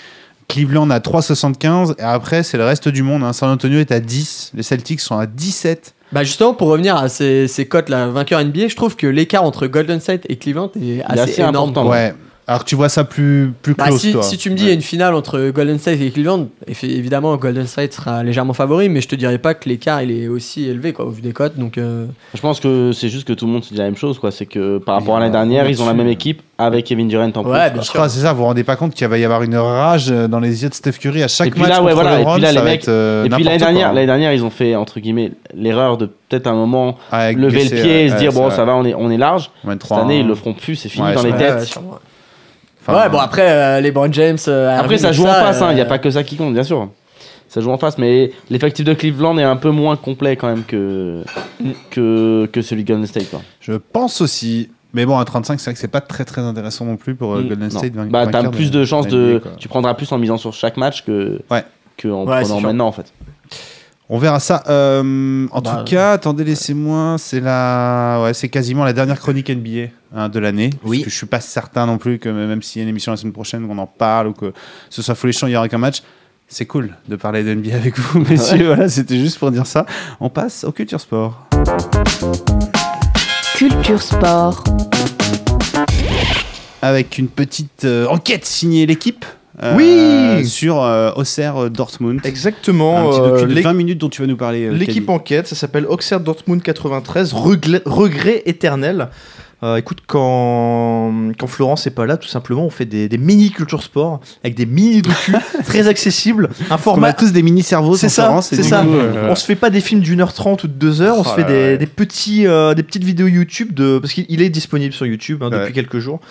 Cleveland à 3,75. Et après, c'est le reste du monde. hein. San Antonio est à 10. Les Celtics sont à 17. Bah justement, pour revenir à ces, ces cotes là, vainqueur NBA, je trouve que l'écart entre Golden State et Cleveland est assez, assez énorme. important, Ouais. Ouais. Alors que tu vois ça plus, plus Bah, close, si, toi. si tu me dis il y Ouais. a une finale entre Golden State et Cleveland, eff- évidemment Golden State sera légèrement favori, mais je te dirais pas que l'écart il est aussi élevé quoi au vu des cotes. Donc euh, Je pense que c'est juste que tout le monde se dit la même chose quoi. C'est que par rapport à Il y en a l'année dernière, ils ont la au-dessus. même équipe avec Kevin Durant en plus. ouais, bah, bien Ah, sûr. c'est ça, vous vous rendez pas compte qu'il va y avoir une rage euh, dans les yeux de Steph Curry à chaque Et puis match là, ouais, contre voilà, et LeBron, puis là, ça les va mecs- être, euh, Et puis n'importe l'année quoi, dernière, hein. l'année dernière, ils ont fait entre guillemets l'erreur de peut-être un moment Avec lever Gessé, le pied et se ouais, dire bon Ah, c'est ça vrai. va, on est on est large. Ouais, Cette 3-1. année, ils le feront plus, c'est fini Ouais, dans je les pense. Ouais, ouais, têtes. sûrement. hein. Enfin, ouais, bon après euh, LeBron James. euh, Après, Irving, ça joue en face, hein. il euh, n'y a pas que ça qui compte, bien sûr. Ça joue en face, mais l'effectif de Cleveland est un peu moins complet quand même que, que, que celui de Golden State. quoi. Je pense aussi. Mais bon, à 35, c'est vrai que c'est pas très très intéressant non plus pour euh, Mm, Golden non. State. vain- Bah, t'as vainqueur plus de chances NBA, de. quoi. Tu prendras plus en misant sur chaque match que, Ouais. que en Ouais, c'est prenant sûr. maintenant, en fait. On verra ça. Euh, en Bah, tout cas, attendez, laissez-moi. C'est la, ouais, c'est quasiment la dernière chronique NBA hein, de l'année. Oui. Parce que je suis pas certain non plus que même s'il y a une émission la semaine prochaine qu'on en parle ou que ce soit folichon, il y aura qu'un match. C'est cool de parler de NBA avec vous, messieurs. Voilà, c'était juste pour dire ça. On passe au culture sport. Culture Sport. avec une petite euh, enquête signée l'équipe. Oui. Sur euh, Auxerre euh, Dortmund. Un Exactement. petit euh, docu de l'é- 20 minutes dont tu vas nous parler. euh, L'équipe Caddy. enquête, ça s'appelle Auxerre Dortmund 93, regret, regret éternel. Euh, écoute, quand, quand Florence n'est pas là, tout simplement, on fait des, des mini culture sport avec des mini docus très accessibles. Un On a format. tous des mini cerveaux. C'est ça, c'est ça. On se fait pas des films d'une heure trente ou de deux heures, on Oh se fait là des, là. des petits, euh, des petites vidéos YouTube de parce qu'il il est disponible sur YouTube hein, depuis Ouais. quelques jours.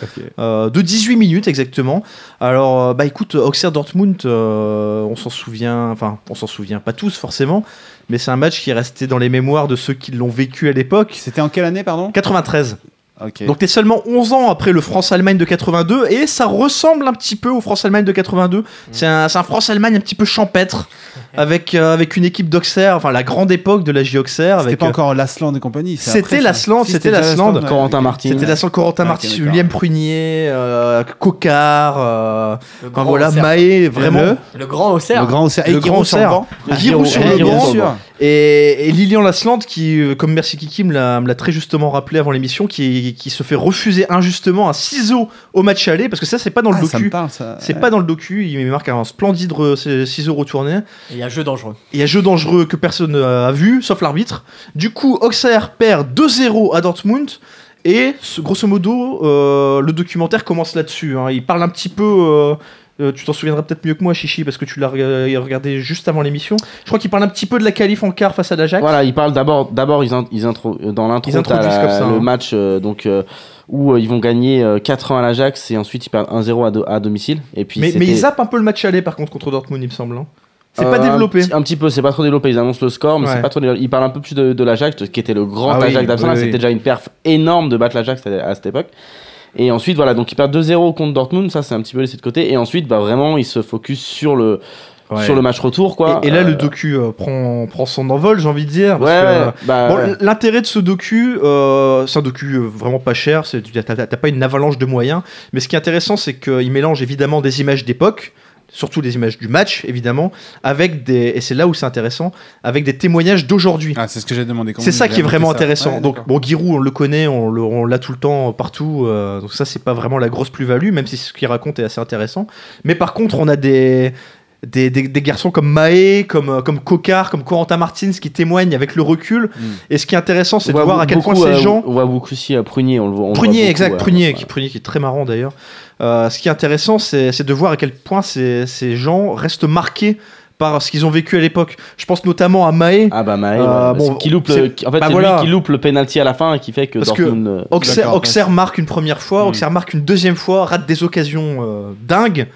Euh, de 18 minutes exactement. Alors, euh, bah écoute, Auxerre Dortmund, euh, on s'en souvient, enfin, on s'en souvient pas tous forcément, mais c'est un match qui est resté dans les mémoires de ceux qui l'ont vécu à l'époque. C'était en quelle année, pardon 93. Ok. Donc t'es seulement 11 ans après le France-Allemagne de 82 et ça ressemble un petit peu au France-Allemagne de Mm. 82. C'est un, c'est un France-Allemagne un petit peu champêtre avec, euh, avec une équipe d'Auxerre, enfin la grande époque de la J Auxerre. c'était avec, pas euh, encore l'Asland et compagnie. c'est C'était après, ça. l'Asland, Si, c'était déjà l'Asland. l'Asland, ouais. Corentin Martin. C'était la seule Corentin Ah, ok, Marty, d'accord. William Prunier, euh, Cocard, euh, Le enfin grand Oh, voilà, Auxerre. Maé, vraiment. Le- Le grand Auxerre. Le grand Auxerre. Et Le Giroud grand sur le Auxerre. banc. Ah, Giroud Giroud sur le Giroud banc. sur le banc. Et, et Lilian Lasland, qui, euh, comme Merci Kiki me l'a me l'a très justement rappelé avant l'émission, qui, qui se fait refuser injustement un ciseau au match aller, parce que ça, c'est pas dans le Ah, ça me docu. parle, ça. C'est pas dans le docu, il marque un splendide re- c- ciseau retourné. Et Il y a jeu dangereux. Il y a jeu dangereux que personne euh, a vu, sauf l'arbitre. Du coup, Auxerre perd 2-0 à Dortmund. Et ce- grosso modo, euh, le documentaire commence là-dessus. hein. Il parle un petit peu. euh, euh, tu t'en souviendras peut-être mieux que moi, Chichi, parce que tu l'as rega- regardé juste avant l'émission. Je crois qu'il parle un petit peu de la qualif en quart face à l'Ajax. Voilà, ils parlent d'abord, d'abord ils, in- ils intro- euh, dans l'intro, Ils introduisent t'as la- comme ça, le hein. match euh, donc euh, où euh, ils vont gagner 4 1 à l'Ajax et ensuite ils perdent 1-0 à, do- à domicile. Et puis mais, mais c'était- ils zappent un peu le match aller par contre contre Dortmund, il me semble. hein. C'est euh, pas un développé. petit- Un, petit peu, c'est pas trop développé. Ils annoncent le score, mais Ouais. c'est pas trop. développé. Ils parlent un peu plus de, de l'Ajax, qui était le grand Ah oui, Ajax d'Amsterdam. oui, oui. C'était déjà une perf énorme de battre l'Ajax à, à cette époque. Et ensuite, voilà, donc ils perdent 2-0 contre Dortmund. Ça, c'est un petit peu laissé de côté. Et ensuite, bah, vraiment, ils se focus sur le, Ouais. sur le match retour, quoi. Et, et là, Euh, le docu euh, prend, prend son envol, j'ai envie de dire. Ouais, parce que, euh, ouais, bah, Bon, ouais. l- L'intérêt de ce docu, euh, c'est un docu euh, vraiment pas cher, c'est- t'as t'as- t'as pas une avalanche de moyens, mais ce qui est intéressant, c'est qu'il mélange évidemment des images d'époque, surtout des images du match, évidemment, avec des, et c'est là où c'est intéressant, avec des témoignages d'aujourd'hui. Ah, c'est ce que j'ai demandé. comment C'est vous ça avez qui est vraiment monté ça. intéressant. Ouais, donc, d'accord. bon, Giroud, on le connaît, on le- on l'a tout le temps, euh, partout. euh, donc, ça, c'est pas vraiment la grosse plus-value, même si ce qu'il raconte est assez intéressant. Mais par contre, on a des. Des, des- des garçons comme Maé, comme, euh, comme Cocard, comme Corentin Martins qui témoignent avec le recul. Mm. Et ce qui est intéressant, c'est de voit voir à quel point beaucoup, ces euh, gens On voit beaucoup aussi à Prunier, on le voit. on le voit Prunier, beaucoup, exact, ouais. Prunier, Ouais. qui, Prunier qui est très marrant d'ailleurs. Euh, ce qui est intéressant, c'est c'est de voir à quel point ces, ces gens restent marqués par ce qu'ils ont vécu à l'époque. Je pense notamment à Maé. Ah bah Maé, Euh, bah, bon, c'est- qui loupe le, c'est- qui- en fait bah c'est voilà. lui qui loupe le penalty à la fin et qui fait que Parce que Dortmund euh, Auxerre, D'accord, Auxerre marque une première fois, Mm. Auxerre marque une deuxième fois, rate des occasions euh, dingues.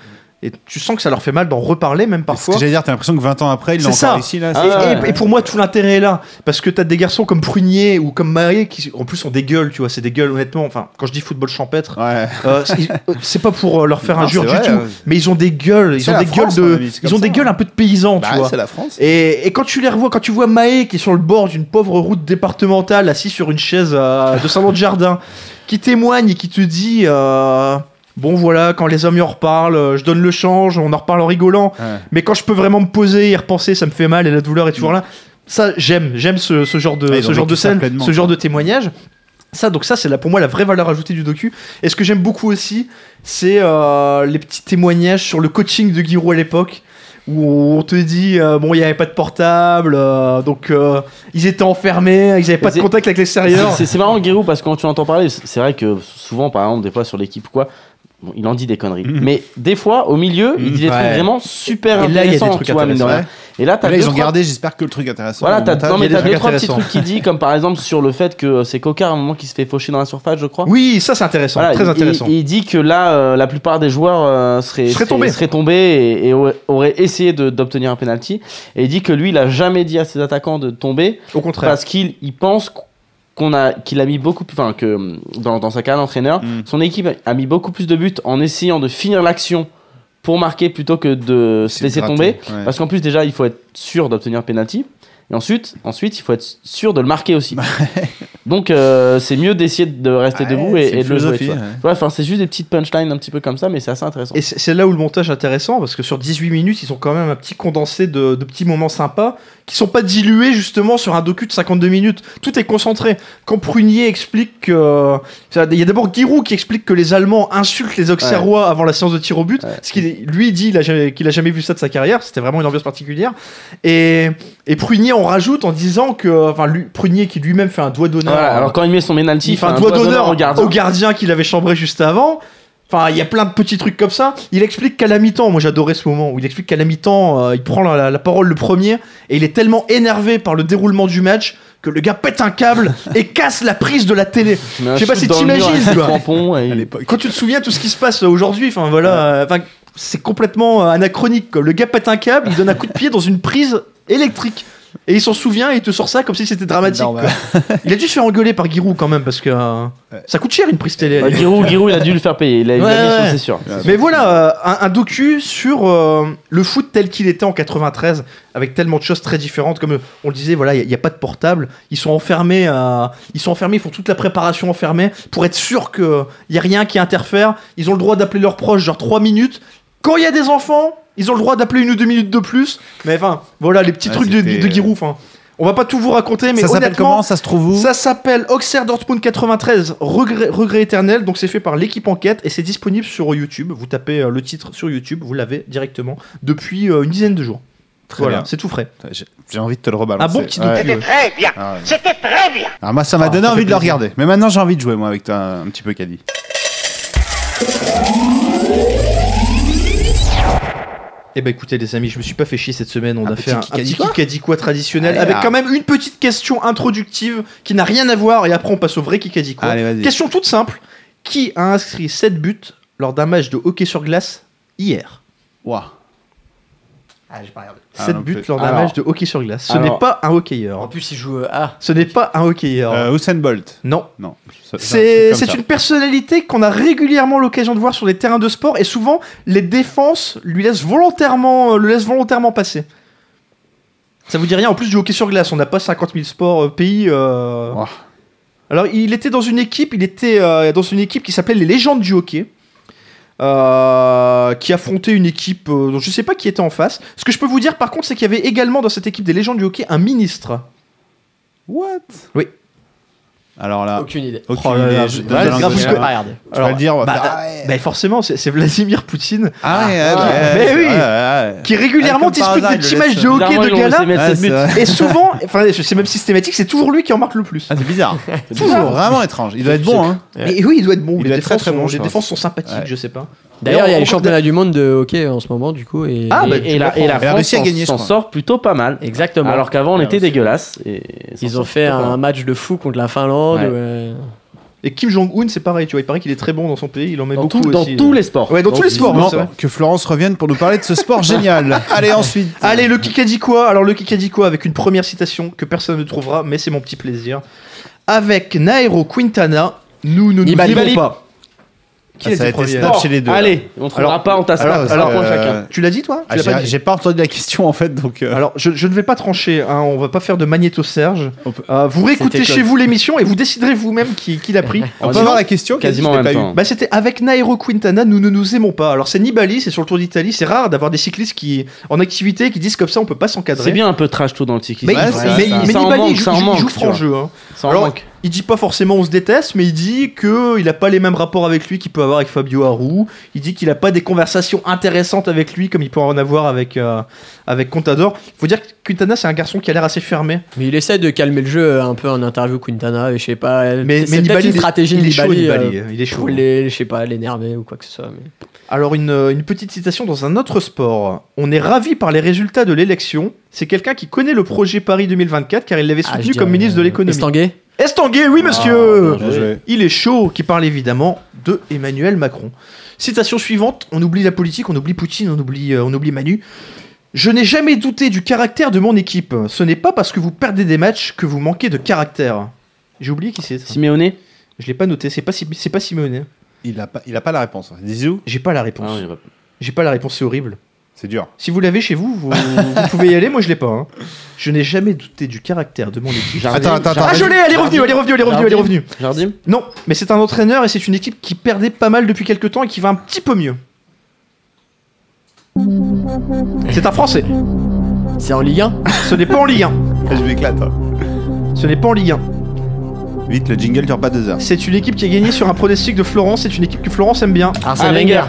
Et tu sens que ça leur fait mal d'en reparler, C'est même Ce parfois. que j'allais dire, t'as l'impression que 20 ans après, il est C'est ça. encore ici, là. Ah, c'est- Et- ouais, et, ouais. et pour moi, tout l'intérêt est là. Parce que t'as des garçons comme Prunier ou comme Maé qui, en plus, ont des gueules, tu vois. C'est des gueules, honnêtement. Enfin, quand je dis football champêtre, Ouais. euh, c'est- euh, c'est pas pour euh, leur faire Ah. Non, injure c'est du vrai, tout. euh, Mais ils ont des gueules. Ils c'est ont la des gueules France, mon de. ami, c'est Ils comme ont des ça. gueules un peu de paysans, tu Bah, vois. c'est la France. Et, et quand tu les revois, quand tu vois Maé qui est sur le bord d'une pauvre route départementale, assis sur une chaise euh, de salon de jardin, qui témoigne et qui te dit euh, Bon voilà, quand les hommes y en reparlent, euh, je donne le change, on en reparle en rigolant, Ouais. Mm. mais quand je peux vraiment me poser et repenser, ça me fait mal et la douleur est toujours là. Ça, j'aime, j'aime ce, ce genre de, Ouais, ils ont ce genre vécu de ça scène, pleinement. ce genre de témoignage. Ça, donc ça, c'est là pour moi la vraie valeur ajoutée du docu. Et ce que j'aime beaucoup aussi, c'est euh, les petits témoignages sur le coaching de Giroud à l'époque, où on te dit euh, bon, il n'y avait pas de portable, euh, donc euh, ils étaient enfermés, ils n'avaient pas de C'est- contact avec C'est- l'extérieur. C'est c'est marrant Giroud parce que quand tu entends parler, c'est c'est vrai que souvent par exemple des fois sur l'équipe ou quoi, bon, il en dit des conneries. Mhm. Mais des fois au milieu, il dit des Mhm. trucs Mm-hmm. Ouais. vraiment super Et là, il y a des intéressants. trucs tu vois, mine de intéressants, rien. Et là, t'as Mais Là, deux, ils ont trois- gardé, j'espère que le truc intéressant. Voilà, au t'as montage, non, mais il y a t'as des deux trucs trois petits intéressants. trucs qui dit comme par exemple sur le fait que euh, c'est Coca à un moment qui se fait faucher dans la surface, je crois. Oui, ça c'est intéressant, Voilà, très il- intéressant. Il, il dit que là, euh, la plupart des joueurs euh, seraient, Seraient tombés. tombés et, et auraient- auraient essayé de- d'obtenir un penalty. Et il dit que lui, il a jamais dit à ses attaquants de tomber Au contraire. parce qu'il il pense qu'on a qu'il a mis beaucoup, plus- enfin que hum, dans, dans sa carrière d'entraîneur, Mm. son équipe a mis beaucoup plus de buts en essayant de finir l'action pour marquer plutôt que de se C'est laisser gratté, tomber. ouais. Parce qu'en plus déjà, il faut être sûr d'obtenir penalty. Et ensuite, ensuite, il faut être sûr de le marquer aussi. Donc, euh, c'est mieux d'essayer de rester Ouais, debout et, c'est et une de le jouer. philosophie, tu vois. ouais. Tu vois, enfin, c'est juste des petites punchlines un petit peu comme ça, mais c'est assez intéressant. Et c'est c'est là où le montage est intéressant parce que sur 18 minutes, ils ont quand même un petit condensé de, de petits moments sympas qui sont pas dilués justement sur un docu de 52 minutes. Tout est concentré. Quand Prunier explique que. Il y a d'abord Giroud qui explique que les Allemands insultent les Auxerrois avant la séance de tir au but. Ce qui lui dit il a jamais- qu'il a jamais vu ça de sa carrière. C'était vraiment une ambiance particulière. Et, et Prunier en rajoute en disant que. Enfin, lui- Prunier qui lui-même fait un doigt d'honneur. Voilà, alors quand il met son penalty, Il fait un doigt d'honneur au gardien, qu'il avait chambré juste avant. Enfin, il y a plein de petits trucs comme ça. Il explique qu'à la mi-temps, moi j'adorais ce moment où il explique qu'à la mi-temps, euh, il prend la, la- la parole le premier et il est tellement énervé par le déroulement du match que le gars pète un câble et casse la prise de la télé. Je sais pas si t'imagines, quoi. À t'imagines. l'époque. Quand tu te souviens tout ce qui se passe aujourd'hui, enfin voilà, euh, enfin, c'est complètement euh, anachronique. quoi. Le gars pète un câble, il donne un coup de pied dans une prise électrique. Et il s'en souvient et il te sort ça comme si c'était dramatique. Non, bah. quoi. Il a dû se faire engueuler par Giroud quand même parce que euh, ça coûte cher une prise télé. Bah, Giroud, Giroud, il a dû le faire payer. Il a eu Ouais, la mission, ouais. c'est sûr. Mais voilà, euh, un, un docu sur euh, le foot tel qu'il était en 93, avec tellement de choses très différentes. Comme euh, on le disait, voilà, il n'y a, pas de portable. Ils sont enfermés, euh, ils sont enfermés, ils font toute la préparation enfermée pour être sûr qu'il n'y a rien qui interfère. Ils ont le droit d'appeler leurs proches, genre 3 minutes. Quand il y a des enfants, ils ont le droit d'appeler une ou deux minutes de plus. Mais enfin, voilà, les petits Ouais, trucs de, c'était, de Giroud. enfin. On va pas tout vous raconter, mais ça s'appelle honnêtement, comment Ça se trouve où ça s'appelle Auxerre Dortmund 93, regret, regret éternel. Donc c'est fait par l'équipe enquête et c'est disponible sur YouTube. Vous tapez euh, le titre sur YouTube, vous l'avez directement depuis euh, une dizaine de jours. Très voilà, bien. c'est tout frais. J'ai j'ai envie de te le rebalancer. Un Ah bon petit Ouais. docu. C'était très bien. Ah, ouais. C'était très bien. Ah, moi, ça m'a Ah, donné ça envie fait de le plaisir. regarder. Mais maintenant, j'ai envie de jouer, moi, avec toi, un petit peu, Caddy. Eh ben écoutez les amis, je me suis pas fait chier cette semaine. On Un a petit fait un, un Kikadi petit quoi Kikadi quoi traditionnel Allez, avec là. quand même une petite question introductive qui n'a rien à voir et après on passe au vrai Kikadi quoi. Allez, vas-y. Question toute simple. Qui a inscrit 7 buts lors d'un match de hockey sur glace hier Ouah. Ah, j'ai pas regardé. Ah, 7 non buts plus. lors d'un Alors. match de hockey sur glace. Ce Alors. n'est pas un hockeyeur. En plus, il joue. euh, Ah, Ce n'est pas un hockeyeur. Euh, Usain Bolt. Non. Non. Ça- un C'est truc comme c'est ça. une personnalité qu'on a régulièrement l'occasion de voir sur les terrains de sport et souvent les défenses lui laissent volontairement, euh, le laissent volontairement passer. Ça vous dit rien En plus du hockey sur glace, on n'a pas 50 000 sports euh, pays. euh. Ouah. Alors il était dans une équipe, il était euh, dans une équipe qui s'appelait les Légendes du hockey. euh, qui affrontait une équipe euh, dont je sais pas qui était en face. Ce que je peux vous dire par contre, c'est qu'il y avait également dans cette équipe des légendes du hockey un ministre. What Oui. Alors là, aucune idée. aucune Oh là idée. là, Je- je- je- ouais, je- grave, je- parce que- J'ai pas regardé. tu vas le dire, on va bah, faire, bah, bah, forcément, c'est c'est Vladimir Poutine Ah ouais, Ah, ouais, mais ouais, oui. ouais, ouais, ouais. qui régulièrement Ouais, comme par dispute hasard, des il petits le matchs laisse, de euh, hockey de gala. Ouais, c'est vrai. Et souvent, enfin, c'est même systématique, c'est toujours lui qui en marque le plus. Ah, c'est bizarre. C'est Toujours. bizarre. vraiment étrange. Il doit être bon, hein. Mais oui, il doit être Il bon. les, doit être défenses très, très sont, bon, je les pense. défenses sont sympathiques, Ouais. je sais pas. D'ailleurs, il y a Encore les championnats du monde de hockey en ce moment, du coup. Et... Ah, et, bah, et la, et la Et la France Russie a s'en- gagné, je s'en crois. sort plutôt pas mal. Exactement. Alors qu'avant, on La était Russie. dégueulasse. et s'en ils ont sort fait plutôt pas un mal. match de fou contre la Finlande. Ouais. ouais. Et Kim Jong-un, c'est pareil, tu vois, il paraît qu'il est très bon dans son pays, il en met dans, beaucoup tout- dans aussi. tous euh. les sports. Ouais, dans tous les sports. hein, Bon, c'est vrai. que Florence revienne pour nous parler de ce sport génial. Ah, Allez, ensuite. Allez, le Kikadi quoi Alors, le Kikadi quoi avec une première citation que personne ne trouvera, mais c'est mon petit plaisir. Avec Nairo Quintana, nous ne nous Nibali. livrons pas. Qui Ah, est ça a le été premier snatché les deux. Allez, on trouvera Alors- pas, on tassera alors, pas, un point euh, chacun. Tu l'as dit, toi Ah, Tu l'as pas j'ai, dit j'ai pas entendu la question en fait, donc. euh, Alors, je, je ne vais pas trancher, hein, on va pas faire de magnéto Serge. On peut- Euh, vous réécoutez C'était Claude. chez vous l'émission et vous déciderez vous-même qui, qui l'a pris. on peut Sinon, avoir la question Caddy, Quasiment je en l'ai même pas temps. Bah, c'était avec Nairo Quintana, nous ne nous aimons pas. Alors, c'est Nibali, c'est sur le Tour d'Italie, c'est rare d'avoir des cyclistes qui en activité qui disent comme ça, on peut pas s'encadrer. C'est bien un peu trash tout dans le cyclisme. Mais, Ouais, il- c'est- mais- ça- il- ça mais en Nibali, manque, il joue, ça en il joue manque, tu franc vois. jeu. hein. Ça en Alors, manque. Il dit pas forcément on se déteste, mais il dit que il a pas les mêmes rapports avec lui qu'il peut avoir avec Fabio Harou. Il dit qu'il a pas des conversations intéressantes avec lui comme il peut en avoir avec euh, avec Contador. Faut dire que Quintana c'est un garçon qui a l'air assez fermé. Mais il essaie de calmer le jeu euh, un peu en interview Quintana. Et je sais pas. Mais, c'est mais peut-être Nibali, une il est- stratégie il de est chaud, Nibali, Nibali. euh, il est chaud. pour les, je sais pas, l'énerver ou quoi que ce soit. mais- Alors, une, euh, une petite citation dans un autre sport. On est ravi par les résultats de l'élection. C'est quelqu'un qui connaît le projet Paris 2024 car il l'avait Ah, je soutenu dirais, comme ministre de euh, l'économie. Estanguet Estanguet, oui, monsieur bien joué. Il est chaud, qui parle évidemment de Emmanuel Macron. Citation suivante. On oublie la politique, on oublie Poutine, on oublie, euh, on oublie Manu. Je n'ai jamais douté du caractère de mon équipe. Ce n'est pas parce que vous perdez des matchs que vous manquez de caractère. J'ai oublié qui c'est. ça. Simeone Je l'ai pas noté. C'est pas, Si- c'est pas Simeone. Il a pas, il a pas la réponse. Dizou, J'ai pas la Ah, réponse. oui, bah, J'ai pas la réponse. C'est horrible. c'est dur. Si vous l'avez chez vous, vous, vous pouvez y aller. Moi, je l'ai pas. hein. Je n'ai jamais douté du caractère de mon équipe. Jardim, Attends, attends, attends. Ah, je l'ai, elle est revenue, elle est revenue, elle est revenue, elle est revenue. Jardim Non, mais c'est un entraîneur et c'est une équipe qui perdait pas mal depuis quelques temps et qui va un petit peu mieux. C'est un Français. C'est en Ligue 1 Ce n'est pas en Ligue 1. Je m'éclate. hein. Ce n'est pas en Ligue 1. Vite, le jingle dure pas deux heures. C'est une équipe qui a gagné sur un pronostic de Florence. C'est une équipe que Florence aime bien. Ah, Arsène Wenger. Wenger.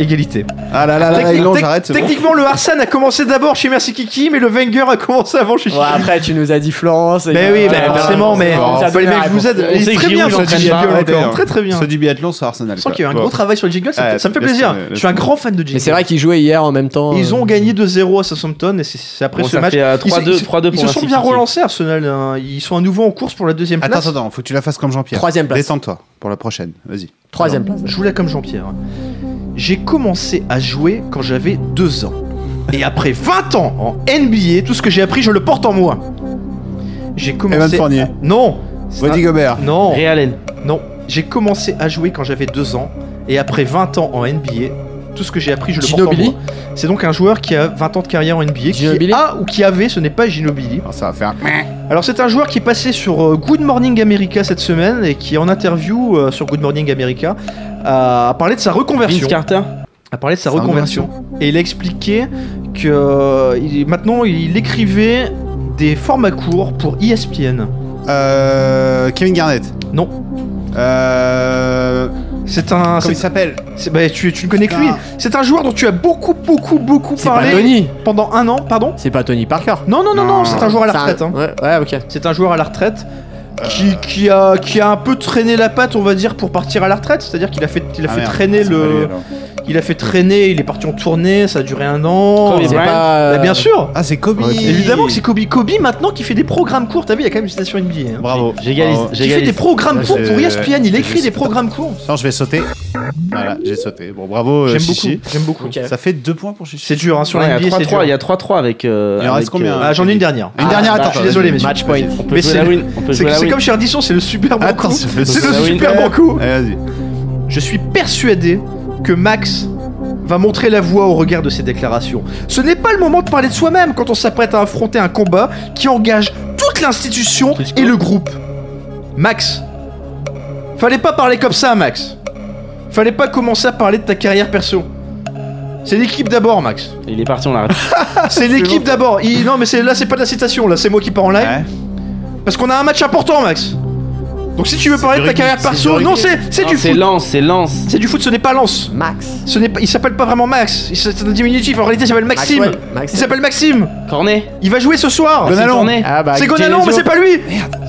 Égalité. Ah là là là, là, Technique- il longe, tec- arrête, c'est bon. techniquement, le Harsan a commencé d'abord chez Merci Kiki, mais le Wenger a commencé avant chez Ouais, après, tu nous as dit Florence. et- ben Mais oui, Ouais, bah, ouais, forcément, ouais, mais. on nous a Bah, donné le mec, la je vous réponse. aide. On Il sait est que très bien, Giroud, ce il entraîne jingle pas, encore. d'ailleurs. Très très bien. Ceux du biathlon sur Arsenal. Je sens quoi. qu'il y a eu un Bon. gros travail sur le jingle, ça, Ouais, me- ça me fait laisse plaisir. tomber, laisse Je suis un grand fan de jingle. Mais c'est vrai qu'ils jouaient hier en même temps. Ils euh, ont gagné 2-0 à Southampton et c'est c'est après Bon, ce ça match. fait, euh, Ils se- 3-2, ils se- 3-2 pour Ils se sont Manchester bien City. relancés, Arsenal. hein. Ils sont à nouveau en course pour la deuxième Attends, place. attends, attends, faut que tu la fasses comme Jean-Pierre. Troisième place. Détends-toi pour la prochaine, vas-y. Troisième place. Je vous la comme Jean-Pierre. J'ai commencé à jouer quand j'avais 2 ans. Et après 20 ans en NBA, tout ce que j'ai appris, je le porte en moi. J'ai commencé. Evan Fournier. Non C'est Rudy Gobert. un- Non Ray Allen. Non J'ai commencé à jouer quand j'avais 2 ans. Et après 20 ans en NBA, tout ce que j'ai appris, je le Ginobili porte en moi. C'est donc un joueur qui a 20 ans de carrière en NBA, qui Ginobili a ou qui avait, ce n'est pas Ginobili. Ah, ça va faire. Alors c'est un joueur qui est passé sur euh, Good Morning America cette semaine et qui en interview euh, sur Good Morning America a parlé de sa reconversion. Vince Carter. a parlé de sa Sa reconversion. Et il a expliqué que euh, il- maintenant il écrivait des formats courts pour E ESPN. Euh, Kevin Garnett. Non. Euh. C'est un. Comment il Ah, c'est- s'appelle c'est- bah, tu, tu ne connais que lui. Putain. C'est un joueur dont tu as beaucoup, beaucoup, beaucoup C'est pas parlé Tony. pendant un an, pardon C'est pas Tony Parker. Non, non, non, non, Non. c'est un joueur à la retraite. C'est un- hein. Ouais, ouais, ok. C'est un joueur à la retraite qui, qui a, qui a un peu traîné la patte, on va dire, pour partir à la retraite. C'est-à-dire qu'il a fait, il a Ah, fait merde. traîner C'est pas lui, le. alors. Il a fait traîner, il est parti en tournée, ça a duré un an. Kobe C'est Bryant. pas. euh, Bah, bien sûr Ah, c'est Kobe. Ok. Évidemment que c'est Kobe. Kobe maintenant qui fait des programmes courts. T'as vu, il y a quand même une station NBA. Hein. Bravo. J'égalise. Bravo. Qui fait J'égalise. des programmes Ouais, courts pour E c'est- ESPN. Il je écrit sais des pas. programmes courts. Non, je vais sauter. Voilà, j'ai sauté. Bon, bravo, euh, J'aime Chichi. beaucoup. J'aime beaucoup. Ok. Ça fait deux points pour Chichi. C'est dur hein, sur Ouais, la il y NBA. a C'est 3-3, il y dur. a 3-3 avec. euh, Il en reste avec, combien, euh, Ah, j'en ai une dernière. Une Ah, dernière, bah, attends. je suis vas-y. désolé, messieurs. Match point. On Mais peut jouer c'est- la win. On peut C'est jouer la c'est win. comme chez Ardisson, c'est le super bon Attends, coup. c'est le C'est le super super bon win. coup. Allez, vas-y. Je suis persuadé que Max va montrer la voie au regard de ses déclarations. Ce n'est pas le moment de parler de soi-même quand on s'apprête à affronter un combat qui engage toute l'institution et le groupe. Max, fallait pas parler comme ça, Max. Fallait pas commencer à parler de ta carrière perso. C'est l'équipe d'abord, Max. Il est parti, on l'arrête. Ah, C'est l'équipe d'abord. Il- Non, mais c'est- là, c'est pas de la citation. Là, c'est moi qui pars en live. Ouais. Parce qu'on a un match important, Max. Donc si tu veux parler de ta rugby, carrière c'est perso, du non, rugby. c'est c'est Non, du C'est foot. Lance, c'est Lance. C'est du foot, ce n'est pas Lance. Max. Ce n'est pas, il s'appelle pas vraiment Max. Il- C'est un diminutif. En réalité, il s'appelle Maxime. Maxwell. Max. Il s'appelle Maxime. Cornet. Il va jouer ce soir. C'est Gonalon. Cornet. Ah, bah, C'est Gonalon, mais c'est pas lui.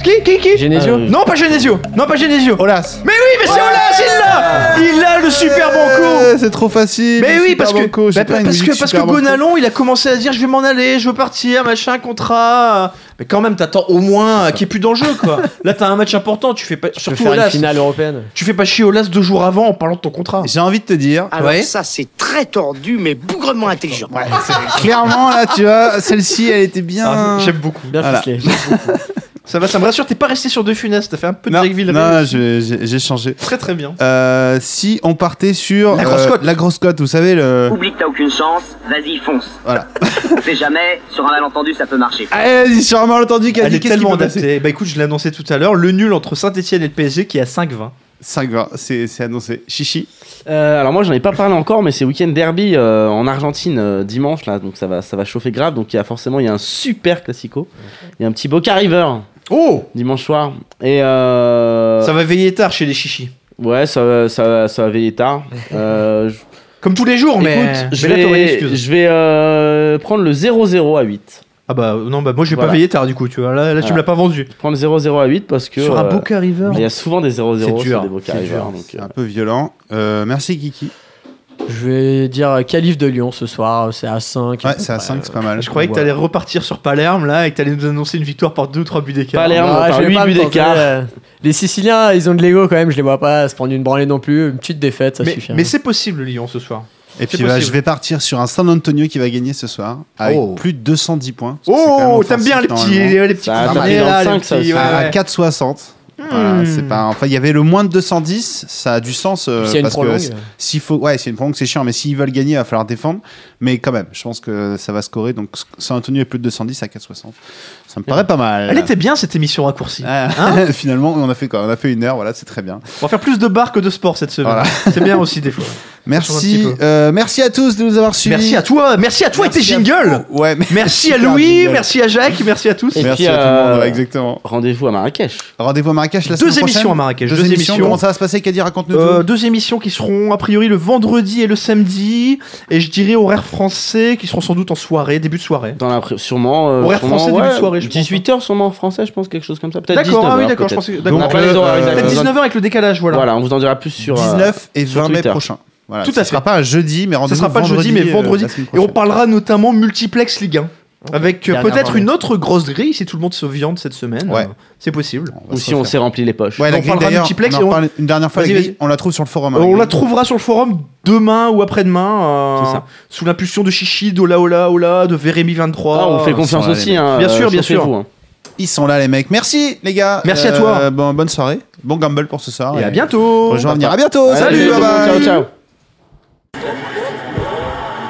Qui, qui, qui Genesio. Oh. Euh, Non, pas Genesio. Non, pas Genesio. Olas. Mais oui, mais c'est Olas, il l'a. Il a le super bon coup. Ouais, C'est trop facile. Mais le oui, super parce que, banco, j'ai bah, pas une parce que, musique parce que super banco. Gonalon, il a commencé à dire je vais m'en aller, je veux partir, machin, contrat. Mais quand même, t'attends au moins euh, qu'il n'y ait plus d'enjeu, quoi. Là, t'as un match important, tu fais pas, Je veux surtout faire une Olas. finale européenne. Tu fais pas chier Olas deux jours avant en parlant de ton contrat. J'ai envie de te dire. Alors Ouais. ça, c'est très tordu, mais bougrement intelligent. Ouais, c'est- clairement, là, tu vois, celle-ci, elle était bah. Ah, bien. J'aime beaucoup. Bien Voilà. ficelé. Ça va, ça me rassure, t'es pas resté sur deux funestes, t'as fait un peu de non, Jacques Villeray. non, je- j'ai j'ai changé. Très très bien. Euh, si on partait sur La grosse euh, cote. la grosse cote, vous savez le. Oublie que t'as aucune chance, vas-y fonce. Voilà. On sait jamais, sur un malentendu ça peut marcher. Allez, Ah, vas-y, sur un malentendu, Elle Caddy, est qu'est-ce qui tellement peut passer adaptée. Bah écoute, je l'ai annoncé tout à l'heure, le nul entre Saint-Etienne et le PSG qui est à 5-20. 5-20, c'est c'est annoncé. Chichi. Euh, alors moi j'en ai pas parlé encore mais c'est week-end derby euh, en Argentine euh, dimanche là donc ça va ça va chauffer grave donc il y a forcément il y a un super classico il y a un petit Boca River Oh dimanche soir et euh, Ça va veiller tard chez les chichis. ouais ça va- ça va- ça va veiller tard Euh, je- Comme tous les jours, mais, écoute je mais là t'aurais une vais excuse. je vais euh, prendre le 0-0 à 8 Ah bah non, bah moi je vais Voilà. pas veiller tard du coup, tu vois. Là, là, tu Voilà. me l'as pas vendu. prendre 0-0 à 8 parce que euh, River. il y a souvent des 0-0 C'est dur, sur des Boca c'est River dur. donc hein. C'est euh, un peu violent. Euh, merci Kiki. Je vais dire euh, Calife de Lyon ce soir, euh, c'est à 5. Ouais, c'est à 5, c'est pas mal. Je croyais que t'allais repartir sur Palerme là et que t'allais nous annoncer une victoire par 2 ou 3 buts d'écart. Palerme. par huit buts d'écart. euh. Les Siciliens, ils ont de l'ego quand même, je les vois pas se prendre une branlée non plus. Une petite défaite, ça Mais, suffit. hein. mais c'est possible Lyon ce soir. Et C'est puis bah, possible. je vais partir sur un San Antonio qui va gagner ce soir avec Oh. plus de 210 points. parce que c'est quand même Oh, offensif, t'aimes bien les petits, normalement. les petits Ça a coups de tapé nez, dans le là, les cinq, ça petits, aussi. ouais, À- ouais. Hmm. À 4,60. Voilà, c'est pas. Enfin, il y avait le moins de 210, ça a du sens euh, S'il y a une parce prolongue. que s- s'il faut, ouais, c'est une prolongue, c'est chiant, mais s'ils veulent gagner, il va falloir défendre. Mais quand même, je pense que ça va scorer. Donc San Antonio est plus de 210 à 4,60. Ça me paraît pas mal. Elle était bien cette émission raccourcie. Ah, Hein Finalement, on a fait quoi On a fait une heure, voilà, c'est très bien. On va faire plus de bars que de sport cette semaine. Voilà. C'est bien aussi des fois. Merci, change un petit euh, merci à tous de nous avoir suivis. Merci à toi, merci à toi et tes Merci à- jingles. Oh, Ouais, mais- Merci à Super Louis, jingle. merci à Jacques, merci à tous. Et merci puis, à tout le monde, euh, ouais, exactement. rendez-vous à Marrakech Rendez-vous à Marrakech la Deux semaine prochaine. émissions à Marrakech, Deux, deux émissions. émissions. Comment ça va se passer Kadi, raconte-nous Euh, tout. deux émissions qui seront a priori le vendredi et le samedi, et je dirais horaire français qui seront sans doute en soirée, début de soirée. Dans la pré- sûrement. euh, Horaire sûrement, français, début de soirée, je pense, hein. 18 h sûrement en français, je pense, quelque chose comme ça. Peut-être D'accord, 19 ah oui, heures, d'accord, je peut-être. pensais que- On n'a d'accord. pas les horaires euh, exacts. Peut-être Dans- 19h avec le décalage, voilà. Voilà. on vous en dira plus sur. euh, 19 et sur 20 mai Twitter. prochain. Voilà, Tout ce à fait. sera pas un jeudi, mais Ce rendez-vous sera pas le jeudi, mais vendredi. euh, la semaine Et on prochaine. parlera notamment multiplex Ligue 1. Avec euh, Dernière peut-être journée. une autre grosse grille si tout le monde se viande cette semaine. Ouais. Euh, C'est possible. On va Ou se si on refaire. s'est rempli les poches. Ouais, on la grille parlera d'ailleurs, multiplex on en et on- parle une dernière fois, la Vas-y, grille, vas-y. on la trouve sur le forum. hein, Euh, on la grille. trouvera sur le forum demain ou après-demain, euh, C'est ça. sous l'impulsion de Chichi, d'Ola Ola Ola, de Veremi 23. Ah, on Oh, fait confiance sont là, les aussi. hein, Bien euh, sûr, bien sûr. chauffez-vous, hein. Ils sont là, les mecs. Merci, les gars. Euh, Merci à toi. bon- bonne soirée. Bon gamble pour ce soir. Et à bientôt Rejoindre. À bientôt. Allez, Salut, bye tout le monde, bye. Ciao, ciao.